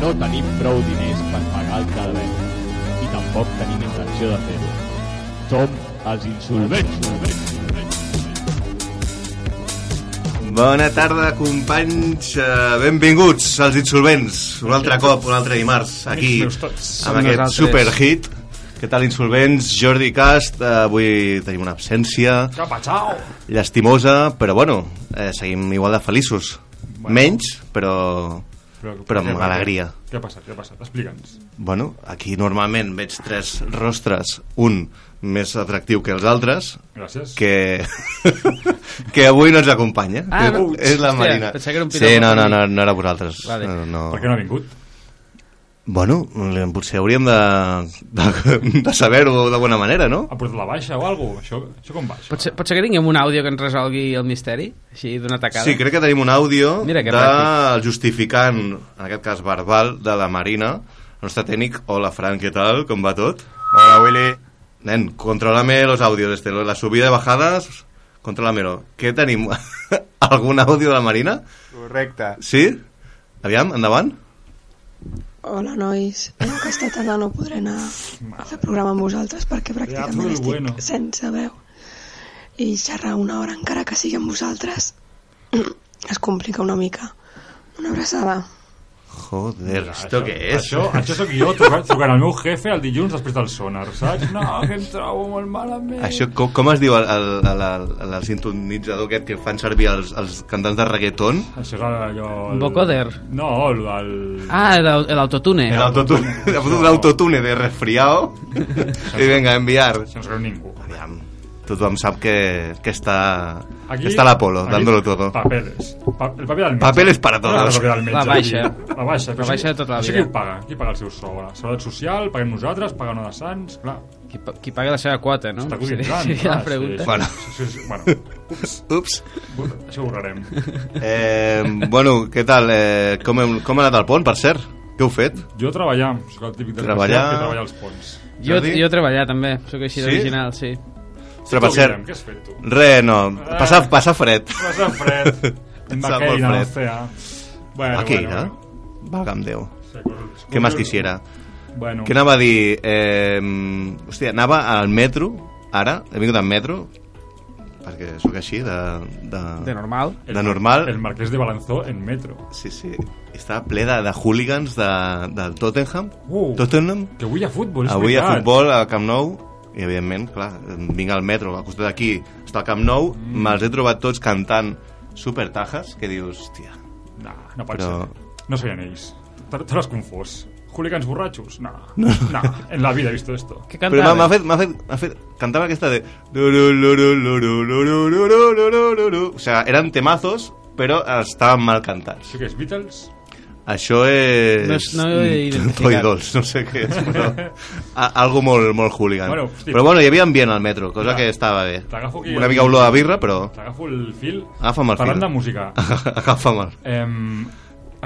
No tenim prou diners per pagar el calvet i tampoc tenim intenció de fer-ho. Som els insolvents. Bona tarda, companys. eh, Benvinguts als Insolvents. Un altre cop, un altre dimarts, aquí, Amics meus tots. amb Som aquest nosaltres. superhit. Què tal, Insolvents? Jordi Cast, eh, avui tenim una absència Capa, ciao! llastimosa, però bueno, eh, seguim igual de feliços. Menys, però, però amb alegria. Què ha passat? Què ha passat? Explica'ns. Bueno, aquí normalment veig tres rostres, un més atractiu que els altres, Gràcies. que, que avui no ens acompanya. Ah, és, no. és la Hòstia, Marina. pensava que era un sí, piropo no, no, per no, no era vosaltres. Vale. No, no. Per què no ha vingut? Bueno, potser hauríem de, de, de saber-ho de bona manera, no? Ha portat la baixa o alguna cosa? Això, això com va? Això? Potser, potser que tinguem un àudio que ens resolgui el misteri? Així, d'una tacada? Sí, crec que tenim un àudio Mira que del ràpid. justificant, en aquest cas verbal, de la Marina, el nostre tècnic. Hola, Fran, què tal? Com va tot? Hola, Willy. Nen, controlame los audios, este, la subida i bajadas, controlamelo. Què tenim? Algun àudio de la Marina? Correcte. Sí? Aviam, endavant. Hola, nois. Aquesta tarda no podré anar a fer programa amb vosaltres perquè todo pràcticament el estic bueno. sense veu. I xerrar una hora encara que sigui amb vosaltres es complica una mica. Una abraçada. Joder, ¿esto qué es? Això, això sóc jo trucant, trucant al meu jefe el dilluns després del sonar, saps? No, que em trobo molt malament. Això, com, com es diu el, el, el, el, el sintonitzador aquest que fan servir els, els cantants de reggaeton? Això és allò... Un vocoder. No, el... el- Ah, el- l'autotune. El autotune, el un autotune de resfriado i vinga, a enviar. Això no es creu ningú. Aviam, tothom sap que, que està, Aquí- que està l'Apolo, aquí, dándolo todo. Papeles. Pa el paper del metge. Papeles para No, el todos. paper del metge, La baixa. aquí. La baixa. però La baixa això- de tota la això vida. qui ho paga? Qui paga el seu sou? La Seguretat Social? Paguem nosaltres? Paga una de Sants? Clar, Qui, pa- qui paga la seva quota, no? està Seria- cotitzant. seria clar, la pregunta. Ah, sí, Bueno. sí, sí, sí, bueno, Ups. bu- això ho borrarem. Eh, bueno, què tal? Eh, com, hem, com ha anat el pont, per cert? Què heu fet? Jo treballar, sóc el típic desgraciat Treballar. que treballa als ponts. Jo, Jordi? jo treballar també, sóc així Sí? d'original, sí. Però, per Tu, Guillem, cert, Què has fet tu? re, no. Passar, Eh. passar fred. Vas en fred. En Està molt vaqueira, fred. l'ocea. Bueno, Vaqueira? Eh, bueno, eh? eh. Valga'm Déu. bueno. Què més quisiera? Bueno, Què anava a dir? Eh, hòstia, anava al metro, ara, he vingut al metro, perquè sóc així, de... De, De normal. el- de normal. El marquès de Balanzó en metro. Sí, sí. Estava ple de, de hooligans de, del Tottenham. Uh. Tottenham. Que avui hi ha futbol, és Avui a veritat. futbol, al Camp Nou, i evidentment, clar, vinc al metro, al costat d'aquí, està el Camp Nou, mm. me'ls he trobat tots cantant supertajas, que dius, hòstia, No, no pot Però- ser. No serien ells. Te, te l'has confós. Hooligans borratxos? No. no. No, en la vida he visto esto. Què Però m'ha- m'ha cantava? fet, m'ha fet, m'ha fet... Cantava aquesta de... O sea, eren temazos, però estaven mal cantats. Això que és Beatles? Això és... No és- no he identificat. Toy Dolls, no sé què és, però... a- Algo molt, molt hooligan. Bueno, hosti. però bueno, hi havia ambient al metro, cosa Mira, que estava bé. t'agafo aquí Una el- mica olor de birra, però... T'agafo el fil. Agafa'm el Parlant fil. de música. Agafa'm el... em,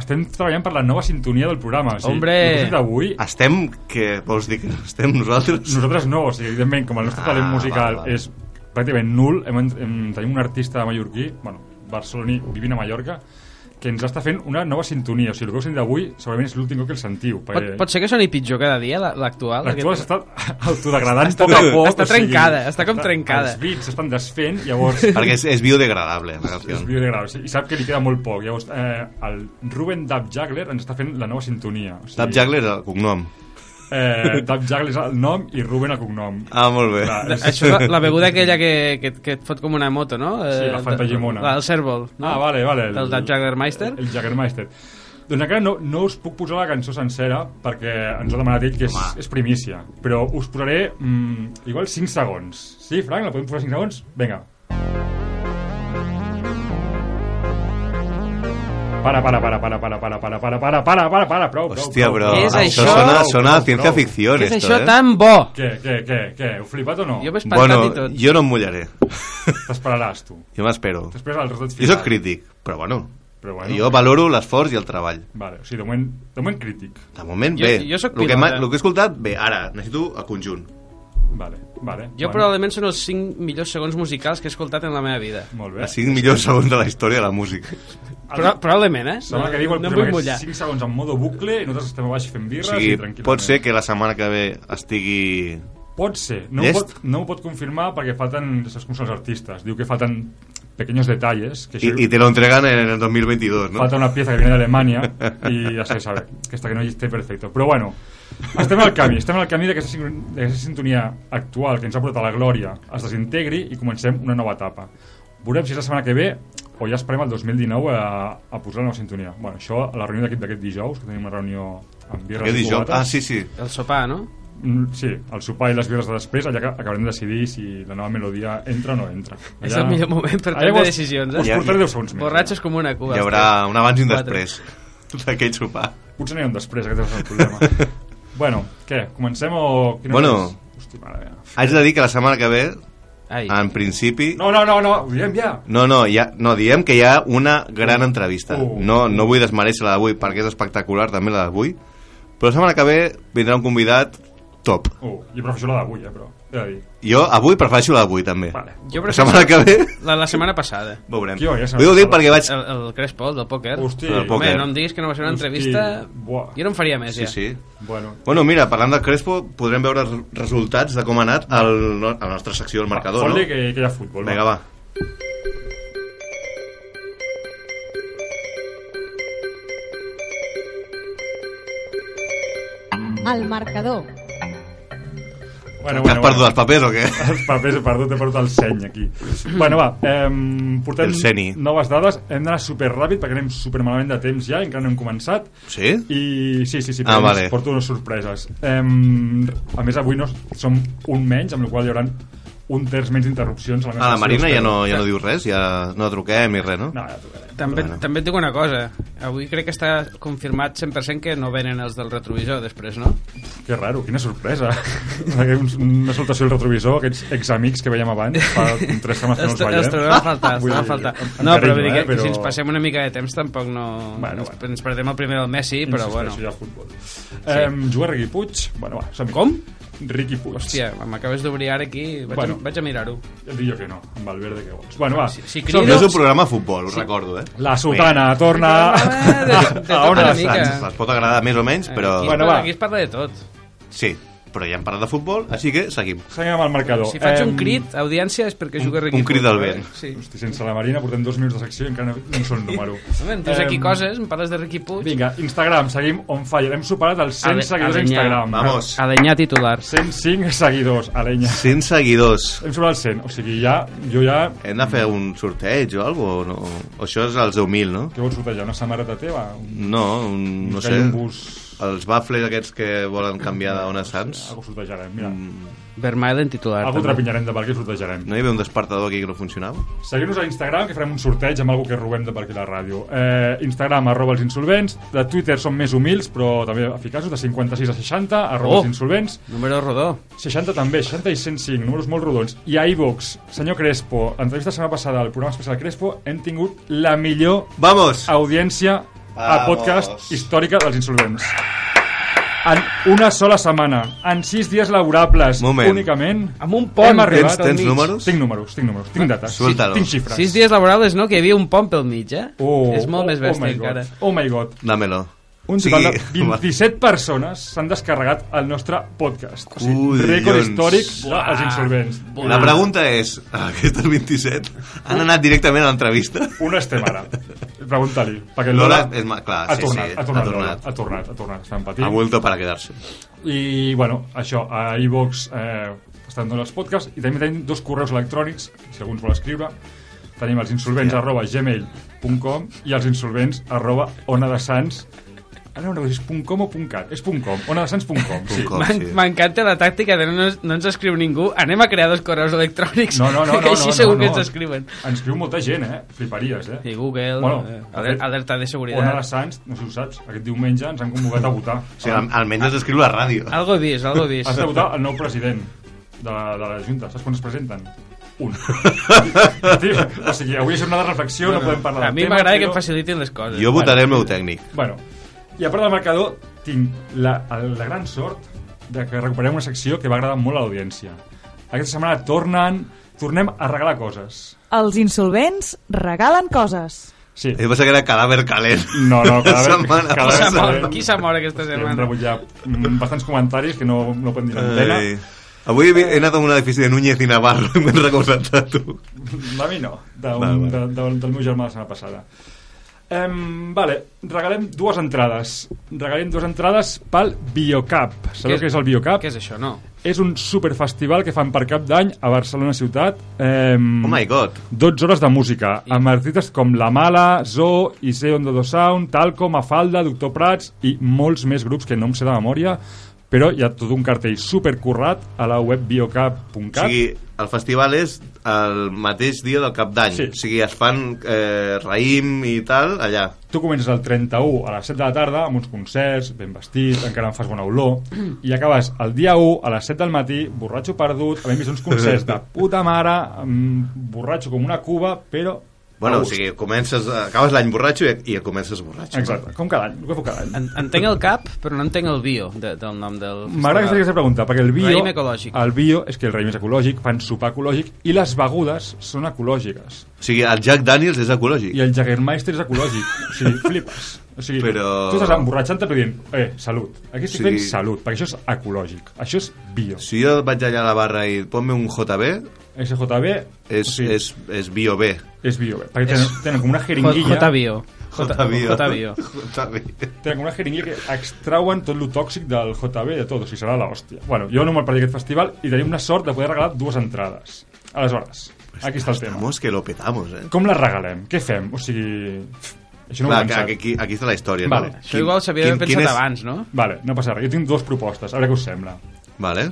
estem treballant per la nova sintonia del programa. O sigui, Hombre. nosaltres Avui, Estem... Què vols dir que no estem nosaltres? nosaltres no, o sigui, evidentment, com el nostre Ah, talent val, musical val. és pràcticament nul, hem, hem, tenim un artista mallorquí, bueno, barceloní, vivint a Mallorca, que ens està fent una nova sintonia. O sigui, el que heu sentit avui segurament és l'últim cop que el sentiu. Pot, pot ser que soni pitjor cada dia, la- l'actual? L'actual Aquest- s'està autodegradant poc a tren- poc. està o sigui, trencada, està com trencada. Els bits s'estan desfent, llavors... Perquè és, és biodegradable, la canció. És biodegradable, sí, i sap que li queda molt poc. Llavors, eh, el Ruben Dab Jagler ens està fent la nova sintonia. O sigui, Tap Jagler és el cognom. Eh, Dab Jagler és el nom i Ruben el cognom. Ah, molt bé. Clar, és- Això, la, la beguda aquella que, que, que et fot com una moto, no? Sí, la Eh, Fanta Llimona. La del Cervol. No? Ah, vale, vale. El del Jagermeister? El Jagermeister. Doncs encara no, no us puc posar la cançó sencera perquè ens ha demanat ell que és, és primícia. Però us posaré mm, igual 5 segons. Sí, Frank? La podem posar 5 segons? Vinga. Para, para, para, para, para, para, para, para, para, para, para, para, prou, prou. Hòstia, prou, però Què és això, això? sona, Prou, sona a prou, ciència prou. ficció, Què és esto, això eh? tan bo? Què, què, què, què? Heu flipat o no? Jo m'he espantat Bueno, i tot. jo no em mullaré. T'esperaràs, tu. Jo m'espero. Després el resultat Jo final. sóc crític, però bueno, Però bueno. jo valoro l'esforç i el treball. Vale, o sigui, de moment, de moment crític. De moment, Jo- bé. jo sóc el, que pilota. m'ha- el que he escoltat, bé, ara, necessito el conjunt. Vale, vale. Jo probablement són els 5 millors segons musicals que he escoltat en la meva vida. Molt bé. Els 5 millors segons de la història de la música. Però, probablement, eh? Sembla que diu el no em posem vull aquests mullar. 5 segons en modo bucle i nosaltres estem a baix fent O birres sigui, i tranquil·lament. pot ser que la setmana que ve estigui... Pot ser. No, ho Llest? pot, no ho pot confirmar perquè falten... Saps com són els artistes? Diu que falten pequeños detalles. Que I, i te lo entregan en el 2022, no? Falta una pieza que viene de Alemania y ya se sabe que hasta que no esté perfecto. Però bueno, estem al camí, estem al camí d'aquesta sincron- d'aquesta sintonia actual que ens ha portat a la glòria es desintegri i comencem una nova etapa. Veurem si és la setmana que ve o ja esperem el 2019 a, a posar la nova sintonia. Bueno, això a la reunió d'aquest d'aquest dijous, que tenim una reunió amb birres Aquest i dijous? cubates. Ah, sí, sí. El sopar, no? Mm, Sí, el sopar i les birres de després, allà ca- acabarem de decidir si la nova melodia entra o no entra. Allà... És el millor moment per allà prendre us- decisions, eh? Us Ja- portaré 10 segons més. Borratxos com una cuba. Hi haurà un abans i un Quatre. després d'aquell sopar. Potser n'hi ha un després, aquest és el problema. bueno, què? Comencem o... Quina Bueno. és? Hosti, mare meva. Haig de dir que la setmana que ve, Ai. en principi... No, no, no, no, ho diem ja. No, no, ja, no, diem que hi ha una gran entrevista. Uh. No, no vull desmereixer la d'avui perquè és espectacular també la d'avui, però la setmana que ve vindrà un convidat top. Uh, i professor la d'avui, eh, però. He de dir. Jo avui prefereixo la d'avui també. Vale. Jo La prefereixo- setmana que ve La, la setmana passada. veurem. Qui ho és? Vull dir perquè vaig... El, el Crespo, el del pòquer. Hosti. Del pòquer. Home, no em diguis que no va ser una Hosti, entrevista... buah. Jo no en faria més, Sí, ja. sí. Bueno, Bueno, mira, parlant del Crespo, podrem veure els resultats de com ha anat el, no- a la nostra secció del marcador, fot-li no? que, que hi ha futbol. Vinga, va. El marcador. Bueno, Que has perdut els papers o què? Els papers he perdut, he perdut el seny aquí. bueno, va, eh, portem El seni. noves dades. Hem d'anar superràpid perquè anem supermalament de temps ja, encara no hem començat. Sí? I sí, sí, sí, Ah, però vale. vale. porto unes sorpreses. Em, a més, avui no, som un menys, amb la qual cosa hi haurà un terç menys d'interrupcions. a Ah, la meva sessió, Marina ja espero. no, ja no diu res, ja no truquem i res, no? No, ja tocarem. També, Bueno. també et dic una cosa. Avui crec que està confirmat 100% que no venen els del retrovisor després, no? Que raro, quina sorpresa. Un- Una salutació al retrovisor, aquests examics que veiem abans, fa tres setmanes que no els Els, tro- els veiem. trobem a faltar, els Vull trobem a dir, faltar. amb- amb No, però carinyo, vull dir eh, que però- si ens passem una mica de temps tampoc no... Bueno, ens, bueno. ens perdem el primer del Messi, però bueno. Insisteixo, ja al futbol. Em, juga Riqui Puig? Bueno, va, som-hi. Com? Riqui Puig. Hòstia, m'acabes d'obrir ara aquí, vaig, Bueno. bueno. vaig a mirar-ho. Ja et dic jo que no, amb Valverde que vols. Bueno, va, Si- si som-hi. No crido- és un programa de futbol, ho recordo, eh? La sotana torna... Ah, de- de tot a on una has- mica. Ens, ens pot agradar més o menys, però... Aquí, Bueno, bueno, va. aquí es parla de tot. Sí, però ja hem parlat de futbol, així que seguim. Seguim amb el marcador. Si faig un Em, crit, audiència, és perquè juga Riqui un crit Puig, al eh? vent. Sí. Hosti, sense la Marina portem dos minuts de secció i encara no, no són número. Home, em dius aquí Em, coses, em parles de Riqui Puig. Vinga, Instagram, seguim on falla. Hem superat els 100 Ale- seguidors a Alenyà. Instagram. Vamos. A danyar titulars. 105 seguidors, Alenya. 100 seguidors. Hem superat els 100, o sigui, ja, jo ja... Hem de fer un sorteig o alguna cosa? No? O això és als 10.000, no? Què vols sortejar? Una samarreta teva? Un, No, un, Mm, no un sé. Un bus... Els baffles aquests que volen canviar d'ona Sants. Algú sortejarem, mira. Vermaelen titular. Algú també. trepinjarem de perquè sortejarem. Mm. No hi havia un despertador aquí que no funcionava? Seguim-nos a Instagram, que farem un sorteig amb algú que robem de per aquí la ràdio. Eh, Instagram, arroba els insolvents. De Twitter som més humils, però també eficaços, de 56 a 60, arroba Oh. els insolvents. Número rodó. 60 també, 60 i 105, números molt rodons. I a iVox, senyor Crespo, entrevista la setmana passada al programa especial Crespo, hem tingut la millor Vamos! Ah. audiència a Vamos. podcast històrica dels insolvents. En una sola setmana, en sis dies laborables, Moment. únicament... Amb un pont. Hem arribat Tens, al tens mig. números? Tinc números, tinc números, tinc dates, Suelta-lo. tinc xifres. Sis dies laborals, no? Que hi havia un pont pel mig, eh? Oh, és molt oh, més oh bèstia my God, encara. Oh my god. Dámelo. Un Sí, total de va. 27 persones s'han descarregat el nostre podcast. O sigui, Collons. rècord històric dels insolvents. La pregunta és, aquestes 27 han anat directament a l'entrevista? Un estem ara. Pregunta-li. Perquè Lola Lola, és ma- clar, ha sí, tornat, sí, ha tornat, ha Lola, tornat. ha tornat, ha tornat, està Ha empatint. vuelto para quedarse. I, bueno, això, a iVox eh, estan donant els podcasts i també tenim dos correus electrònics, si algú ens vol escriure. Tenim els insolvents arroba gmail.com i els insolvents arroba onadesans Ara no recordo si és .com o .cat. És .com, onadesans.com. Sí. .com. M'en- Oh, sí. M'encanta la tàctica de no, no ens escriu ningú, anem a crear dos correus electrònics, No, no, no. no, que així no, segur no, que no. ens escriuen. Ens escriu molta gent, eh? Fliparies, eh? I Google, Bueno, eh, de aler- fet, alerta de Ona de seguretat. Sants, no sé si ho saps, aquest diumenge ens han convocat a votar. O sigui, al- almenys es escriu la ràdio. Ah. Algo dis, algo dis. Has de votar el nou president de la, de la Junta. Saps quan es presenten? Un. Tio, o sigui, avui és una de reflexió, no podem parlar A del mi tema, m'agrada que però- em facilitin les coses. Jo votaré el meu tècnic. Bueno, i a part del marcador, tinc la, la gran sort de que recuperem una secció que va agradar molt a l'audiència. Aquesta setmana tornen, tornem a regalar coses. Els insolvents regalen coses. Sí. Jo pensava que era cadàver calent. No, no, cada vegada... Setmana cada Qui s'ha vegada mort, sabem- qui s'ha mort aquesta Hem setmana? rebutjat mm, bastants comentaris que no, no podem dir l'antena. Ai. Avui he he anat a un edifici de Núñez i Navarro i m'he recordat de tu. A mi no, Val, d'un, val. de, de, del meu germà la setmana passada. Um, vale, regalem dues entrades. Regalem dues entrades pel Biocap. Sabeu què, Què- és el Biocap? Què és això, no? És un superfestival que fan per cap d'any a Barcelona ciutat. Ehm, Oh my god. 12 hores de música, amb artistes com La Mala, Zo, Iseo on the Sound, Talco, Mafalda, Doctor Prats i molts més grups que no em sé de memòria, però hi ha tot un cartell supercurrat a la web O biocap.cat. sigui, el festival és el mateix dia del cap d'any. Sí. O sigui, es fan eh, raïm i tal allà. Tu comences el 31 a les 7 de la tarda amb uns concerts, ben vestit, encara en fas bona olor, i acabes el dia 1 a les 7 del matí, borratxo perdut, havent vist uns concerts de puta mare, mm, borratxo com una cuba, però... a Bueno, o gust. sigui, comences, acabes l'any borratxo i, i comences borratxo. Exacte, com cada any, el que feu cada any. En, entenc el cap, però no entenc el bio de, del nom del M'agrada que facis aquesta pregunta, perquè el bio... Raïm ecològic. El bio és que el raïm és ecològic, fan sopar ecològic, i les begudes són ecològiques. O sigui, el Jack Daniels és I ecològic. el Jagermeister és ecològic. O sigui, flipes. O sigui, Però- tu estàs emborratxant-te però dient, eh, salut. Aquí estic Sí. sí. fent salut, perquè això és ecològic. Això és bio. Sí. Si jo vaig allà a la barra i ponme un JB, SJB és, o sigui, és, és bio B. és bio. Perquè tenen, tenen com una J- jeringuilla... J-Bio. JBio. J-Bio. JBio. Tenen com una jeringuilla que extrauen tot lo tòxic del JB de tot, o sigui, serà l'hòstia. Bueno, jo no me'l perdé aquest festival i tenim una sort de poder regalar dues entrades. Aleshores, aquí està el tema. Vamos, que lo petamos, eh? Com la regalem? Què fem? O sigui... pff, Això no ho he Clar, que, pensat. que aquí, aquí està la història, Vale. no? Això igual s'havia d'haver pensat és... abans, no? Vale, no passa res. Jo tinc dues propostes, a veure què us sembla. Vale.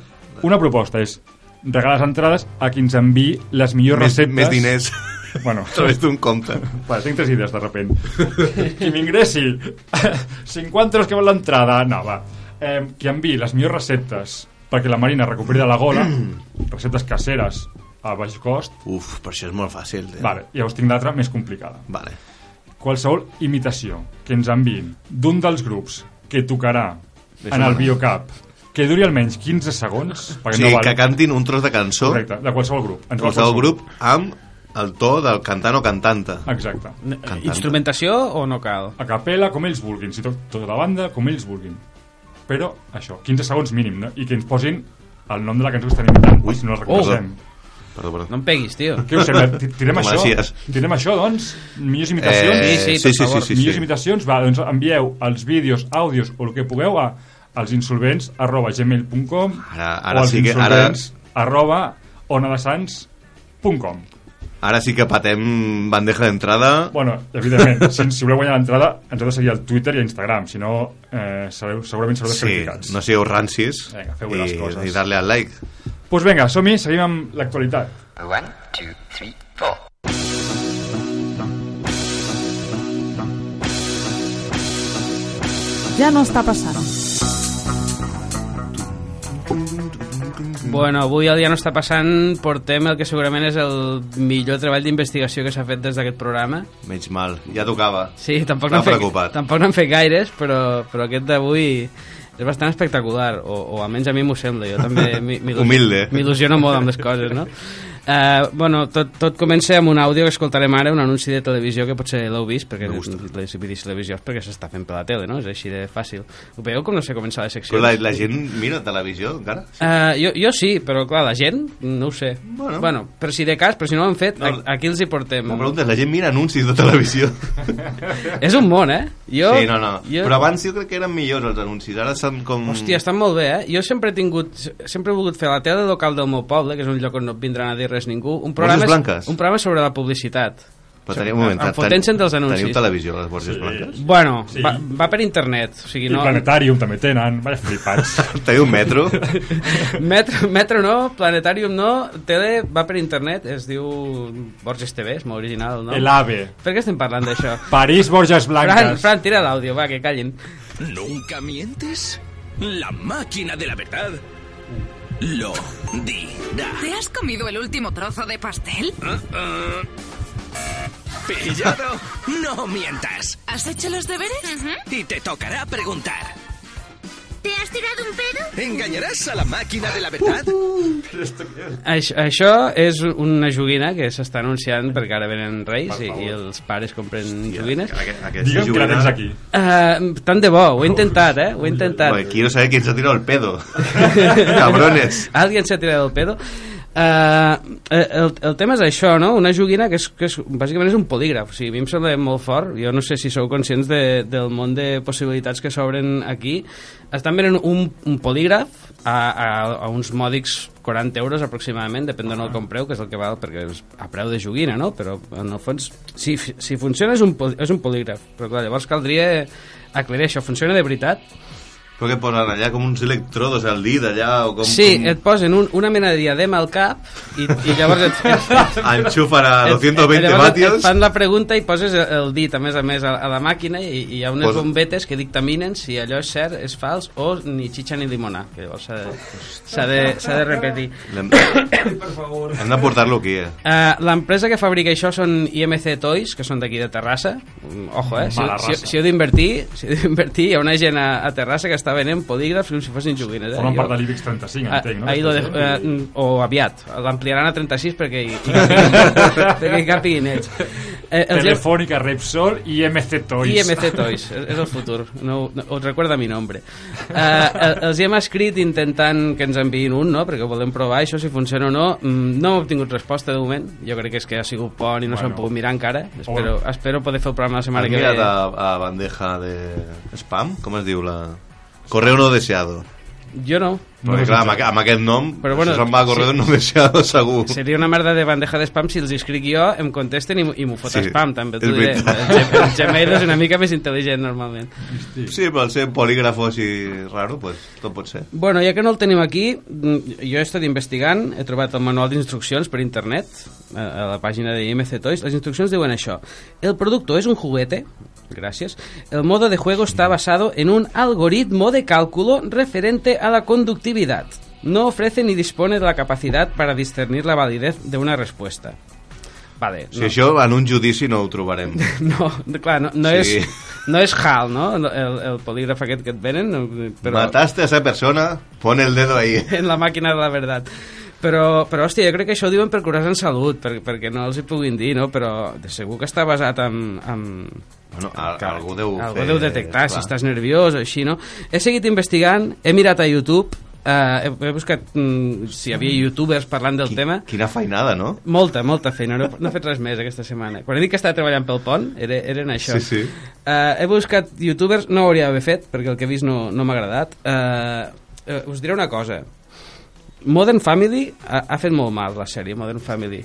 Una proposta és regalar les entrades a qui ens enviï les millors Més, receptes... més diners Bueno, a través d'un compte. vale, tinc tres idees de repent. qui m'ingressi 50 euros que val l'entrada... No, va. Eh, qui enviï les millors receptes perquè la Marina recuperi de la gola, receptes caseres a baix cost, Uf, però això és molt fàcil. Eh? vale, llavors tinc l'altra més complicada. Vale. qualsevol imitació que ens enviïn d'un dels grups que tocarà en el biocap que duri almenys 15 segons O perquè sigui, no val, que cantin un tros de cançó correcte, de qualsevol grup ens val qualsevol grup amb el to del cantant o cantanta. exacte Cantant. Instrumentació o no cal? a capella com ells vulguin si to tota la banda com ells vulguin però això, 15 segons mínim no? i que ens posin el nom de la cançó que estan imitant Ui, si no la reconeixem oh. Perdó, perdó. No em peguis, tio. què us sembla? Ti- Tirem això? Gràcies. Tirem això, doncs? Millors imitacions? Eh, Sí, sí, sí, per favor. sí, sí, millors sí. imitacions, va, doncs envieu els vídeos, àudios o el que pugueu a elsinsolvents arroba gmail.com Ara- ara o sí que- ara- elsinsolvents arroba onadesans.com Ara sí que patem bandeja d'entrada. Bueno, evidentment, si, si voleu guanyar l'entrada ens heu de seguir al Twitter i a Instagram, si no eh, sereu, segurament sereu Sí, descalificats. no sigueu rancis Vinga, feu i, les coses. i dar-li al like. Pues vinga, som-hi, seguim amb l'actualitat. One, two, three, four. Ja no està passant. Bueno, avui el dia no està passant, portem el que segurament és el millor treball d'investigació que s'ha fet des d'aquest programa. Menys mal, ja tocava. Sí, tampoc Estava n'han fet, preocupat. tampoc n'han fet gaires, però, però aquest d'avui és bastant espectacular, o, o almenys a mi m'ho sembla, jo també mi- m'il- Humilde. m'il·lusiono molt amb les coses, no? Uh, bueno, tot, tot comença amb un àudio que escoltarem ara, un anunci de televisió que potser l'heu vist, perquè les vídeos televisió és perquè s'està fent per la tele, no? És així de fàcil. Ho veieu com no sé començar les seccions? Però la, la gent mira televisió, encara? Uh, jo, jo sí, però clar, la gent, no ho sé. Bueno, bueno per si de cas, però si no ho han fet, No, no, aquí els hi portem. Me preguntes, la gent mira anuncis de televisió? És un món, eh? Jo, sí, no, no. Jo... Però abans jo crec que eren millors els anuncis. Ara són com... Hòstia, estan molt bé, eh? Jo sempre he tingut... Sempre he volgut fer a la tele local del meu poble, que és un lloc on no et vindran a dir res ningú. Un programa, blanques. un programa sobre la publicitat. Però teniu, un moment, Em foten-se'n dels anuncis. Teniu televisió, a les Borges Sí. Blanques? Bueno, Sí. va, va per internet. O sigui, I no. no, Planetarium també tenen, vaja flipats. Teniu metro? Metro, Metro no, Planetarium no, tele va per internet, es diu Borges TV, és molt original, no? El AVE. Per què estem parlant d'això? París, Borges Fran, Blanques. Fran, tira l'àudio, va, que callin. ¿Nunca mientes? La máquina de la verdad lo dirá. ¿Te has comido el último trozo de pastel? Ah, Pillado, no mientas. ¿Has hecho los deberes? Y te tocará preguntar. ¿Te has tirado un pedo? ¿Engañarás a la máquina de la verdad? Això, això és una joguina que s'està anunciant perquè ara venen reis i, i els pares compren joguines. Aquest, Digue'm que la tens aquí. Uh, tant de bo, ho he intentat, eh? Ho he intentat. Bueno, quiero saber quién se ha tirado el pedo. Cabrones. Alguien se ha tirado el pedo. Uh, el, el tema és això, no? Una joguina que, és, que és, bàsicament és un polígraf. O sigui, a mi em sembla molt fort. Jo no sé si sou conscients de, del món de possibilitats que s'obren aquí. Estan venent un, un polígraf a, a, a uns mòdics 40 euros aproximadament, depèn d'on el compreu, que és el que val, perquè és a preu de joguina, no? Però, en el fons, si, si funciona és un, pol- és un polígraf. Però, clar, llavors caldria aclarir això. Funciona de veritat? Però què posen allà com uns electrodos al dit, allà, o com... Sí, com... et posen un, una mena de diadema al cap i, i llavors et, et, Enxufen a et- 220 llavors et, et Ah, vatios. fan la pregunta i poses el, el dit, a més a més, a, a la màquina i, i hi ha unes Posa- bombetes que dictaminen si allò és cert, és fals o ni xitxa ni limonar, que llavors s'ha de, s'ha de, s'ha de repetir. L'hem- Hem de portar-lo aquí, eh? Uh, L'empresa que fabrica això són IMC Toys, que són d'aquí de Terrassa. Mm, Ojo, eh? Si, Mala si, raça. si heu d'invertir, si heu d'invertir, hi ha una gent a, a Terrassa que està venent polígrafs com si fossin joguines. Eh? Formen part Jo- de l'IBEX 35, Ah, entenc, no? ahí lo de, eh, mm, o aviat, l'ampliaran a 36 perquè hi, hi capiguin, perquè hi capiguin ells. Eh, els llen- Telefònica, Repsol i MC Toys. Ah, IMC Toys, és, és el futur, no, no, us recorda mi nombre. Eh, els hi hem escrit intentant que ens enviïn un, no? perquè volem provar això, si funciona o no. Mm, No hem obtingut resposta de moment, jo crec que és que ha sigut pont i no s'han Bueno. pogut mirar encara. Espero, Bueno. espero poder fer el programa la setmana Has que mirat ve. a, a bandeja de spam? Com es diu la... Correu no deseado. Jo no. No Perquè, és clar, un amb, aqu- amb aquest nom, Però, Però bueno, bueno, se'n va a correu sí. no deseado, segur. Seria una merda de bandeja d'espam si els escric jo, em contesten i, m- i m'ho fot sí, Sí, spam, també t'ho és diré. El, veritat. Gmail- el Gmail és una mica més intel·ligent, normalment. Sí, però el ser polígrafo així raro, pues, tot pot ser. Bueno, ja que no el tenim aquí, mm, jo he estat investigant, he trobat el manual d'instruccions per internet, a a la pàgina de IMC Toys, les instruccions diuen això. El producto es un juguete, gracias. El modo de juego está basado en un algoritmo de cálculo referente a la conductividad. No ofrece ni dispone de la capacidad para discernir la validez de una respuesta. Vale, Si no. això en un judici no ho trobarem. No, clar, no, no, Sí. és, no és HAL, no? El, el polígraf aquest que et venen, Però... però Mataste a esa persona, pon el dedo ahí. en la màquina de la veritat. Però, però, hòstia, jo crec que això ho diuen per curar en salut, per, perquè no els hi puguin dir, no? Però de segur que està basat en... en... Bueno, a, Clar, algú deu algú fer, deu clar. detectar si estàs nerviós o així, no? He seguit investigant, he mirat a YouTube, eh, he, he buscat mm, si hi havia youtubers parlant del Qui- tema. Quina feinada, no? Molta, molta feina. No, no he fet res més aquesta setmana. Quan he dit que estava treballant pel pont, era, era en això. Sí, sí. Eh, he buscat youtubers, no ho hauria d'haver fet, perquè el que he vist no, no m'ha agradat. Uh, uh, us diré una cosa. Modern Family ha, ha fet molt mal, la sèrie Modern Family.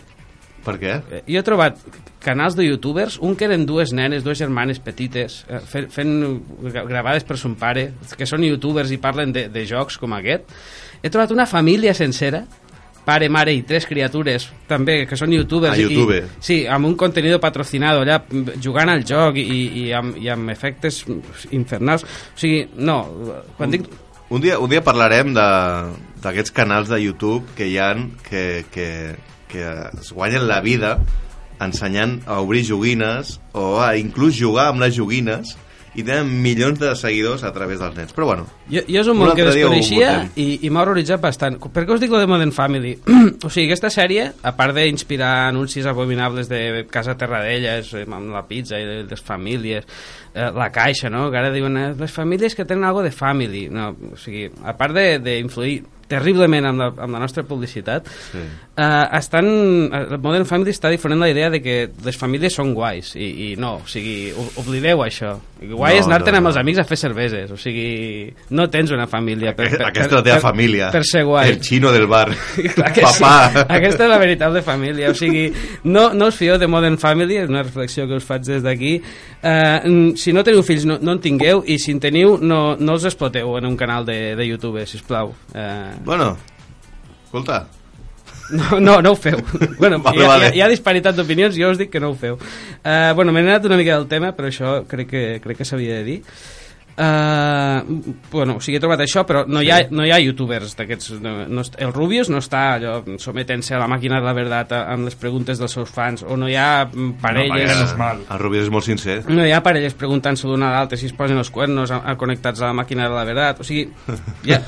Per què? Eh, jo he trobat canals de youtubers, un que eren dues nenes, dues germanes petites, eh, fent, fent gra- gravades per son pare, que són youtubers i parlen de, de jocs com aquest. He trobat una família sencera, pare, mare i tres criatures, també, que són youtubers. A YouTube. I, sí, amb un contenido patrocinado allà, mm, jugant al joc i, i, amb, i amb efectes infernals. O sigui, no, quan dic... Un dia, un dia parlarem de- d'aquests canals de YouTube que hi han que, que, que es guanyen la vida ensenyant a obrir joguines o a inclús jugar amb les joguines i tenen milions de seguidors a través dels nets. Però bueno, Jo, jo és un Un món que altre dia ho desconeixia abordem. i, i m'ha horroritzat bastant. Per què us dic lo de Modern Family? o sigui, aquesta sèrie, a part d'inspirar anuncis abominables de Casa Terradellas, eh, amb la pizza i de- les famílies, eh, la caixa, no? Que ara diuen eh, les famílies que tenen algo de family. No, o sigui, a part de- d'influir terriblement amb la, amb la nostra publicitat, Sí. eh, estan, eh, Modern Family està difonent la idea de que les famílies són guais, i, i no, o sigui, ob- oblideu això. No, Guai és anar-te'n no, amb no. els amics a fer cerveses, o sigui, no tens una família. Per, per, Aquesta és la teva família. Per ser guai. El xino del bar. Aquest- Papà. Aquesta és la veritable família, o sigui, no, no us fieu de Modern Family, és una reflexió que us faig des d'aquí. Uh, si no teniu fills, no, no en tingueu, i si en teniu, no, no els exploteu en un canal de, de YouTube, sisplau. Uh, Bueno, escolta, no, no, no ho feu. bueno, Vale, hi, ha, vale. Hi, ha, hi ha disparitat d'opinions, jo us dic que no ho feu. Uh, bueno, m'he anat una mica del tema, però això crec que, crec que s'havia de dir. Uh, bueno, o sigui, he trobat això, però no, hi, ha, no hi ha youtubers d'aquests... No, no, est- el Rubius no està allò, sometent-se a la màquina de la verdad a- amb les preguntes dels seus fans, o no hi ha mm, parelles... és mal. el Rubius és molt sincer. No hi ha parelles preguntant-se l'una a l'altra si es posen els cuernos a, a connectats a la màquina de la veritat. O sigui, ja,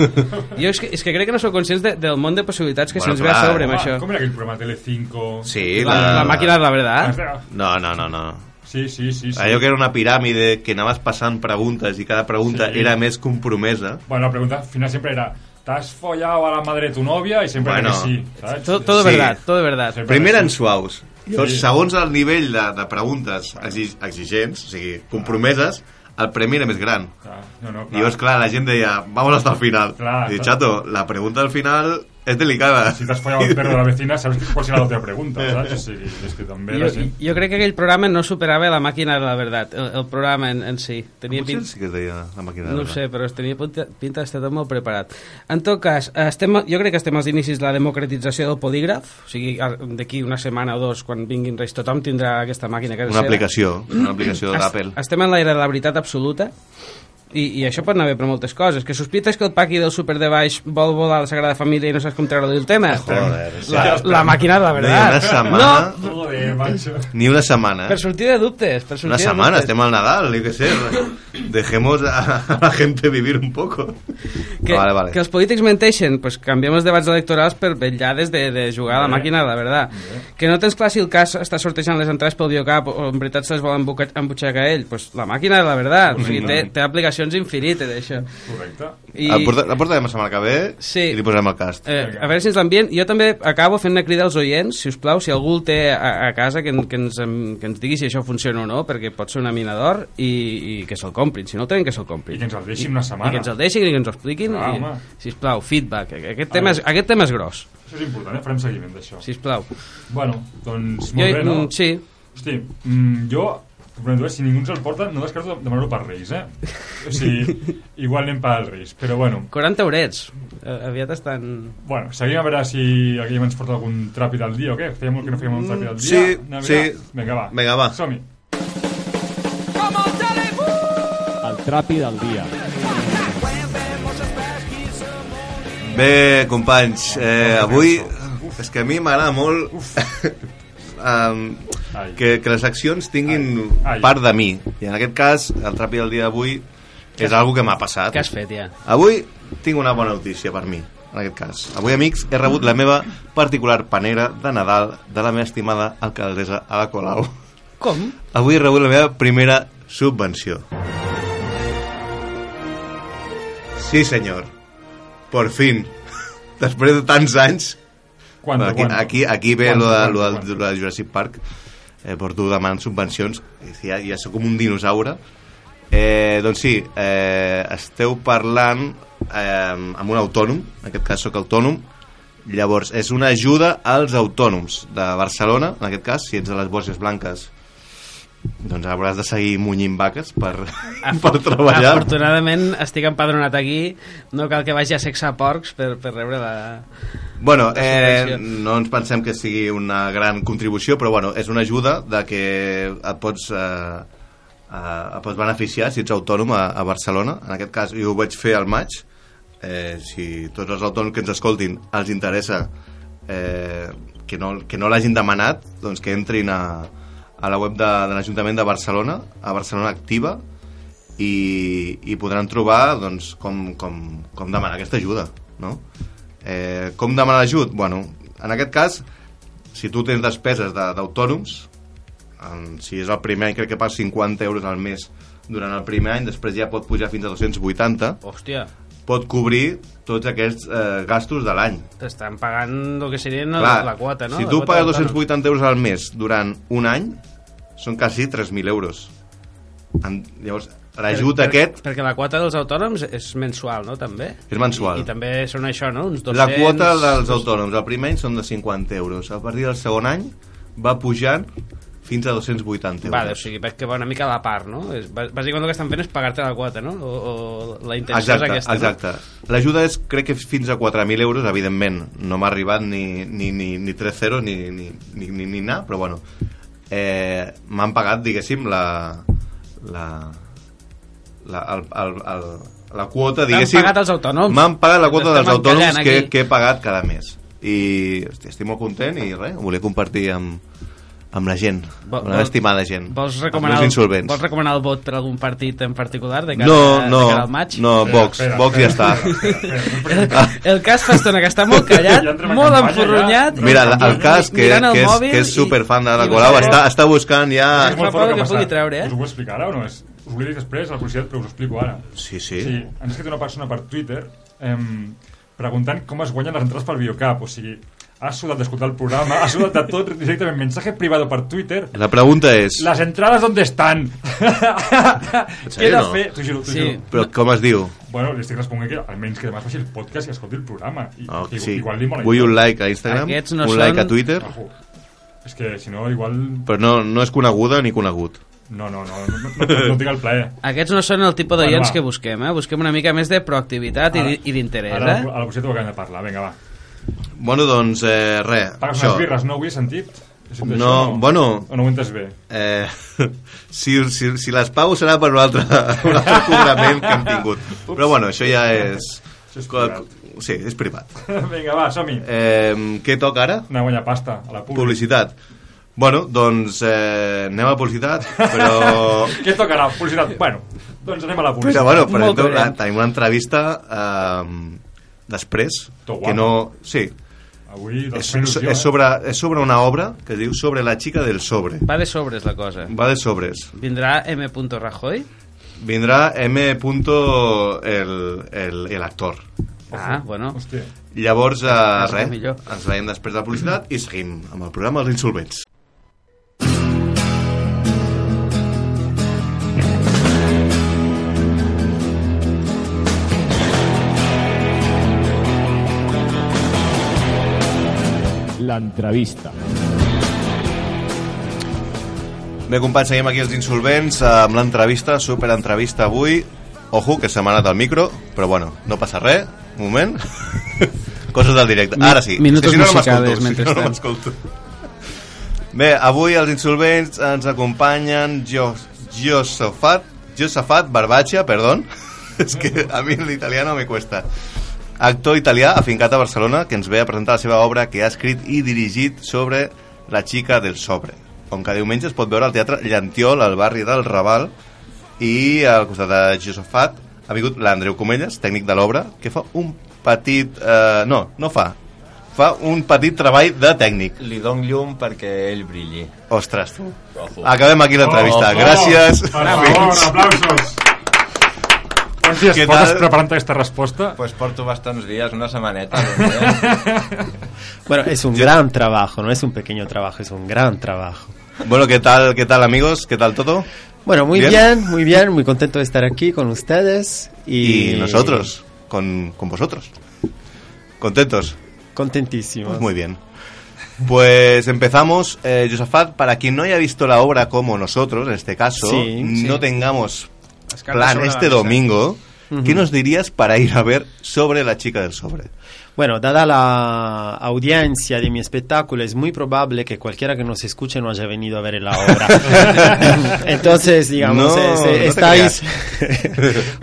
jo és que, és que crec que no sou conscients de, del món de possibilitats que Bueno, se'ns ve a clar, sobre amb Home, això. Com era aquell programa de Telecinco? Ah, Sí, La, la, màquina de la veritat. Ah, No, no, no, no. Sí, sí, sí. sí. Allò que era una piràmide que anaves passant preguntes i cada pregunta Sí. era més compromesa. Bueno, la pregunta final siempre era ¿T'has follado a la madre de tu novia? Y siempre Bueno. era que sí, ¿sabes? Todo, todo Sí. verdad, todo verdad. Sempre Primer era eren que sí. suaus. Llavors, Sí. segons el nivell de, de preguntes exi- exigents, o sigui, compromeses, el premi era més gran. Clar, No, no, I llavors, clar, la gent deia, vamos hasta el final. Clar, I, clar. chato, la pregunta al final és delicada. Si t'has follado el perro de la vecina, sabes cuál será la otra pregunta, ¿sabes? O sigui, és que també Jo, la gent... jo crec que aquell programa no superava la màquina de la veritat, el, el programa en, en si. Tenia Potser pinta, sí que es deia la màquina de no ho la- sé, però es tenia punta- pinta d'estar tot molt preparat. En tot cas, eh, estem, jo crec que estem als inicis de la democratització del polígraf, o sigui, a- d'aquí una setmana o dos, quan vinguin reis, tothom tindrà aquesta màquina a casa Una seva. aplicació, una aplicació Es- d'Apple. Estem en l'aire de la veritat absoluta i, i això pot anar bé per moltes coses. Que sospites que el paqui del super de baix vol volar a la Sagrada Família i no saps com treure-li el tema? Joder, La, la màquina de la Deia una veritat. setmana... No, Joder, macho. Ni una setmana. per sortir de dubtes. Per sortir Una de semana, dubtes. estem al Nadal, yo qué sé. Dejemos a, a la gente vivir un poco. Que, Ah, vale, vale. que els polítics menteixen, pues canviem els debats electorals per vetllades de, de jugar a la màquina, la veritat. Que no tens clar si el cas està sortejant les entrades pel biocap o en veritat se'ls vol embuca- embutxacar ell, pues la màquina, la veritat. O sigui, té, té aplicacions infinites, això. Correcte. I, La, Ah, porta, la portarem la setmana que ve Sí. i li posarem el cast. Eh, a veure si ens l'envien. Jo també acabo fent una crida als oients, si us plau, si algú el té a, a casa, que, en- que, ens, em- que ens digui si això funciona o no, perquè pot ser una mina d'or i, i que se'l comprin. Si no el tenen, que se'l comprin. I que ens el deixin una setmana. I que ens el deixin i que ens ho expliquin. Ah, i, home. sisplau, feedback. Aquest tema, és, aquest tema és gros, Això és important, eh? Farem seguiment d'això. sisplau. Bueno, doncs molt bé, no? mm, Sí, Hosti, mm, jo, comprometo, eh, si ningú ens el porta, no descarto de- demanar-ho per Reis, eh? O sigui, igual anem per Reis, però bueno. 40 horets. Eh, aviat estan... Bueno, seguim a veure si aquí ens porta algun tràpid al dia o què. Feia molt que no fèiem un tràpid al Mm, dia. sí, Anem a sí. mirar? Vinga, va. Vinga, va. Som-hi. El tràpid del dia. Bé, companys, eh, avui... És que a mi m'agrada molt em, Ai. que, que les accions tinguin Ai. Ai. part de mi. I en aquest cas, el tràpid del dia d'avui és algo que m'ha passat. Què has fet, ja? Avui tinc una bona notícia per mi, en aquest cas. Avui, amics, he rebut la meva particular panera de Nadal de la meva estimada alcaldessa Ada Colau. Com? Avui he rebut la meva primera subvenció. Sí, senyor. Por fin. Després de tants anys... Quanto, aquí, quanto? aquí, aquí ve Quanto, lo, de, quanto, lo, de, quanto? lo de Jurassic Park. Eh, porto demanant subvencions. Ja, ja sóc com un dinosaure. Eh, doncs sí, eh, esteu parlant eh, amb un autònom, en aquest cas sóc autònom, llavors és una ajuda als autònoms de Barcelona, en aquest cas, si ets de les Borges Blanques, doncs hauràs de seguir munyint vaques per, Ah, per treballar. Afortunadament estic empadronat aquí, no cal que vagi a sexar porcs per, per rebre la... Bueno, eh, subvenció. no ens pensem que sigui una gran contribució, però bueno, és una ajuda de que et pots, eh, eh, et pots beneficiar si ets autònom a, a Barcelona. En aquest cas, jo ho vaig fer al maig. Eh, si tots els autònoms que ens escoltin els interessa eh, que, no, que no l'hagin demanat, doncs que entrin a, a la web de, de l'Ajuntament de Barcelona, a Barcelona Activa, i, i podran trobar doncs, com, com, com demanar aquesta ajuda. No? Eh, com demanar l'ajut? Bueno, en aquest cas, si tu tens despeses de- d'autònoms, en- si és el primer any crec que paga 50 euros al mes durant el primer any, després ja pot pujar fins a 280, Hòstia, pot cobrir tots aquests eh, gastos de l'any. T'estan pagant el que seria la, Clar, la quota, no? Si La tu quota pagues d'autònom. 280 euros al mes durant un any, són quasi 3.000 euros. En, llavors, l'ajut Per- per- aquest Perquè la quota dels autònoms és mensual, no? També. és mensual. I també són això, no? Uns 200... La quota dels autònoms el primer any són de 50 euros. A partir del segon any va pujant fins a 280 euros. Vale, o sigui, perquè va una mica a la part, no? És, bà- bàsicament el que estan fent és pagar-te la quota, no? O, o la intenció exacte, és aquesta, exacte. L'ajuda és, crec que fins a 4.000 euros, evidentment. No m'ha arribat ni, ni, ni, ni 3 ceros ni, ni, ni, ni, ni anar, però bueno. Eh, M'han pagat, diguéssim, la... la, la el, el, el, la quota, T'han diguéssim... pagat els autònoms. M'han pagat la quota Ens dels estem autònoms encallant que, aquí. que he pagat cada mes. I hòstia, estic molt content i res, ho volia compartir amb, amb la gent, Vol- amb la vol- estimada gent. no? Vols amb recomanar, els el, insolvents. vols recomanar el vot per algun partit en particular de cara, No, de no, cara al maig? no, Vox, espera, Vox ja està. El, el cas fa estona que està molt callat, Ja entrem a molt campanya, enforronyat. Mira, el, el cas que, mirant el que, és, mòbil que és i- superfan de la i Colau no sé. està, està buscant ja... És molt Fa fort el por que ha pugui passat. treure, eh? Us ho vull explicar ara o no? És, us ho volia dir després, al publicitat, però us ho explico ara. Sí, sí. Sí, ens ha escrit una persona per Twitter em, preguntant com es guanyen les entrades pel Biocap, o sigui, ha sudat d'escoltar el programa, ha sudat de tot directament, mensaje privado per Twitter, La pregunta és... les entrades on estan? Què he de no? fer? T'ho juro, t'ho Sí. juro. Però com es diu? Bueno, li estic responent que almenys que demà es faci el podcast i escolti el programa. I, Oh, i- sí. igual li mola. Vull un like a Instagram, Aquests no un són- like a Twitter, Ojo. És que, si no, igual... però no, no és coneguda ni conegut. No, no, no, no, no, no, no tinc el plaer. Aquests no són el tipus Bueno, d'oients va. que busquem, eh? Busquem una mica més de proactivitat i Ara- di- i d'interès, Ara, eh? a la boceta ho acabem de parlar, vinga, va. Bueno, doncs, eh, res, Pagues això. unes birres, no ho he sentit? He sentit No, això, bueno. O no ho entes bé? Eh, si, si, si les pago serà per un altre, un altre cobrament que hem tingut. Però bueno, això ja és... Això és privat. Sí, és privat. Vinga, va, som-hi. Eh, què toca ara? Anar a guanyar pasta a la pública. Publicitat. Bueno, doncs eh, anem a publicitat, però Què tocarà? Publicitat. Bueno, doncs anem a la Però publicitat. bueno, per Molt exemple, brillant. la, tenim una entrevista eh, després, Tot guapo. que no... Sí, Avui, doncs, és, fent il·lusió, és, sobre, és sobre una obra que es diu Sobre la xica del sobre. Va de sobres la cosa. Va de sobres. Vindrà M. Rajoy? Vindrà M. punto el, el, el actor. Ah, bueno. Eh? Hòstia. Llavors, eh, que res, millor. ens veiem després de la publicitat i seguim amb el programa Els Insolvents. La entrevista. Bé, companys, seguim aquí els Insolvents eh, amb l'entrevista, superentrevista avui. Ojo, que se m'ha anat el micro, però bueno, no passa res. Un moment. Coses del directe. Ara sí. minutos És que si no, no musicales, m'escolto, si no, no mentrestant. m'escolto. Bé, avui els Insolvents ens acompanyen jo, Josafat, Josafat Barbaccia, perdó. És que a mi l'italià no me cuesta. Actor italià afincat a Barcelona que ens ve a presentar la seva obra que ha escrit i dirigit sobre La xica del sobre on cada diumenge es pot veure al Teatre Llantiol al barri del Raval i al costat de Josafat ha vingut l'Andreu Comelles, tècnic de l'obra que fa un petit... Eh, no, no fa fa un petit treball de tècnic Li dono llum perquè ell brilli. Ostres, tu. Acabem aquí l'entrevista. Oh, Gràcies. Per favor, aplausos. Quants dies Què portes tal? preparant aquesta resposta? Pues porto bastants dies, una setmaneta. doncs, eh? Bueno, es un gran trabajo, no es un pequeño trabajo, es un gran trabajo. Bueno, ¿qué tal, qué tal amigos? ¿Qué tal todo? Bueno, muy Bien. bien, muy bien, muy contento de estar aquí con ustedes y, Y nosotros, con, con vosotros. ¿Contentos? Contentísimos. Pues muy bien. Pues empezamos, eh, Josafat, para quien no haya visto la obra como nosotros, en este caso, Sí, no sí. tengamos Las cartas plan sobre la este mesa. domingo, ¿qué Ujú. nos dirías para ir a ver sobre la chica del sobre? Bueno, dada la audiencia de mi espectáculo, es muy probable que cualquiera que nos escuche no haya venido a ver la obra. Entonces, No, digamos, es- eh, no te estáis...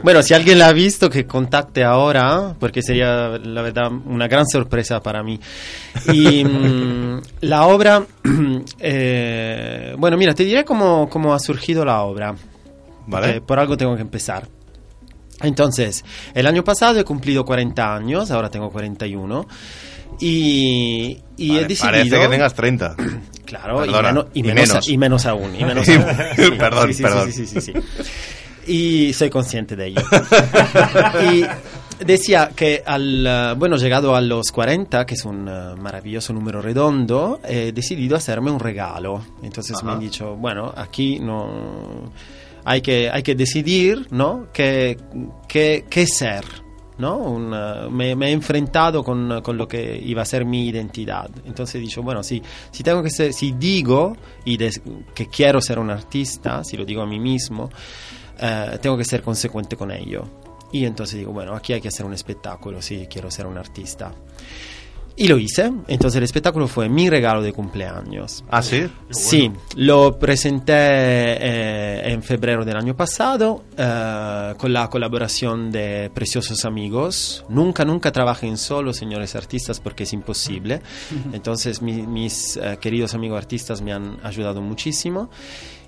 bueno, si alguien la ha visto, que contacte ahora, porque sería, la verdad, una gran sorpresa para mí. Y mm, la obra... eh, bueno, mira, te diré cómo, cómo ha surgido la obra. ¿Vale? porque por algo tengo que empezar. Entonces, el año pasado he cumplido 40 años, ahora tengo 41. Y, y Vale, he parece decidido. que tengas 30. Claro, y, Perdona, meno- y y menos, menos. y menos aún. Y menos Sí, aún. Sí, perdón, sí, sí, perdón. sí, sí, sí, sí. Y soy consciente de ello. y decía que al, eh, bueno, llegado a los 40, que es un eh, maravilloso número redondo, eh, he decidido hacerme un regalo. Entonces me han dicho, bueno, aquí no hay que, hay que decidir, ¿no? ¿Qué, qué, qué ser? ¿no? Un, eh, me, me he enfrentado con, con lo que iba a ser mi identidad. Entonces he dicho, bueno, si, si, tengo que ser- si digo y des- que quiero ser un artista, si lo digo a mí mismo, eh, tengo que ser consecuente con ello. Y entonces digo, bueno, aquí hay que hacer un espectáculo, si quiero ser un artista. Y lo hice, entonces el espectáculo fue mi regalo de cumpleaños. ¿Ah, sí? Sí, lo presenté eh, en febrero del año pasado eh, con la colaboración de Preciosos Amigos. Nunca, nunca trabajen solo, señores artistas, porque es imposible. Entonces mi- mis eh, queridos amigos artistas me han ayudado muchísimo.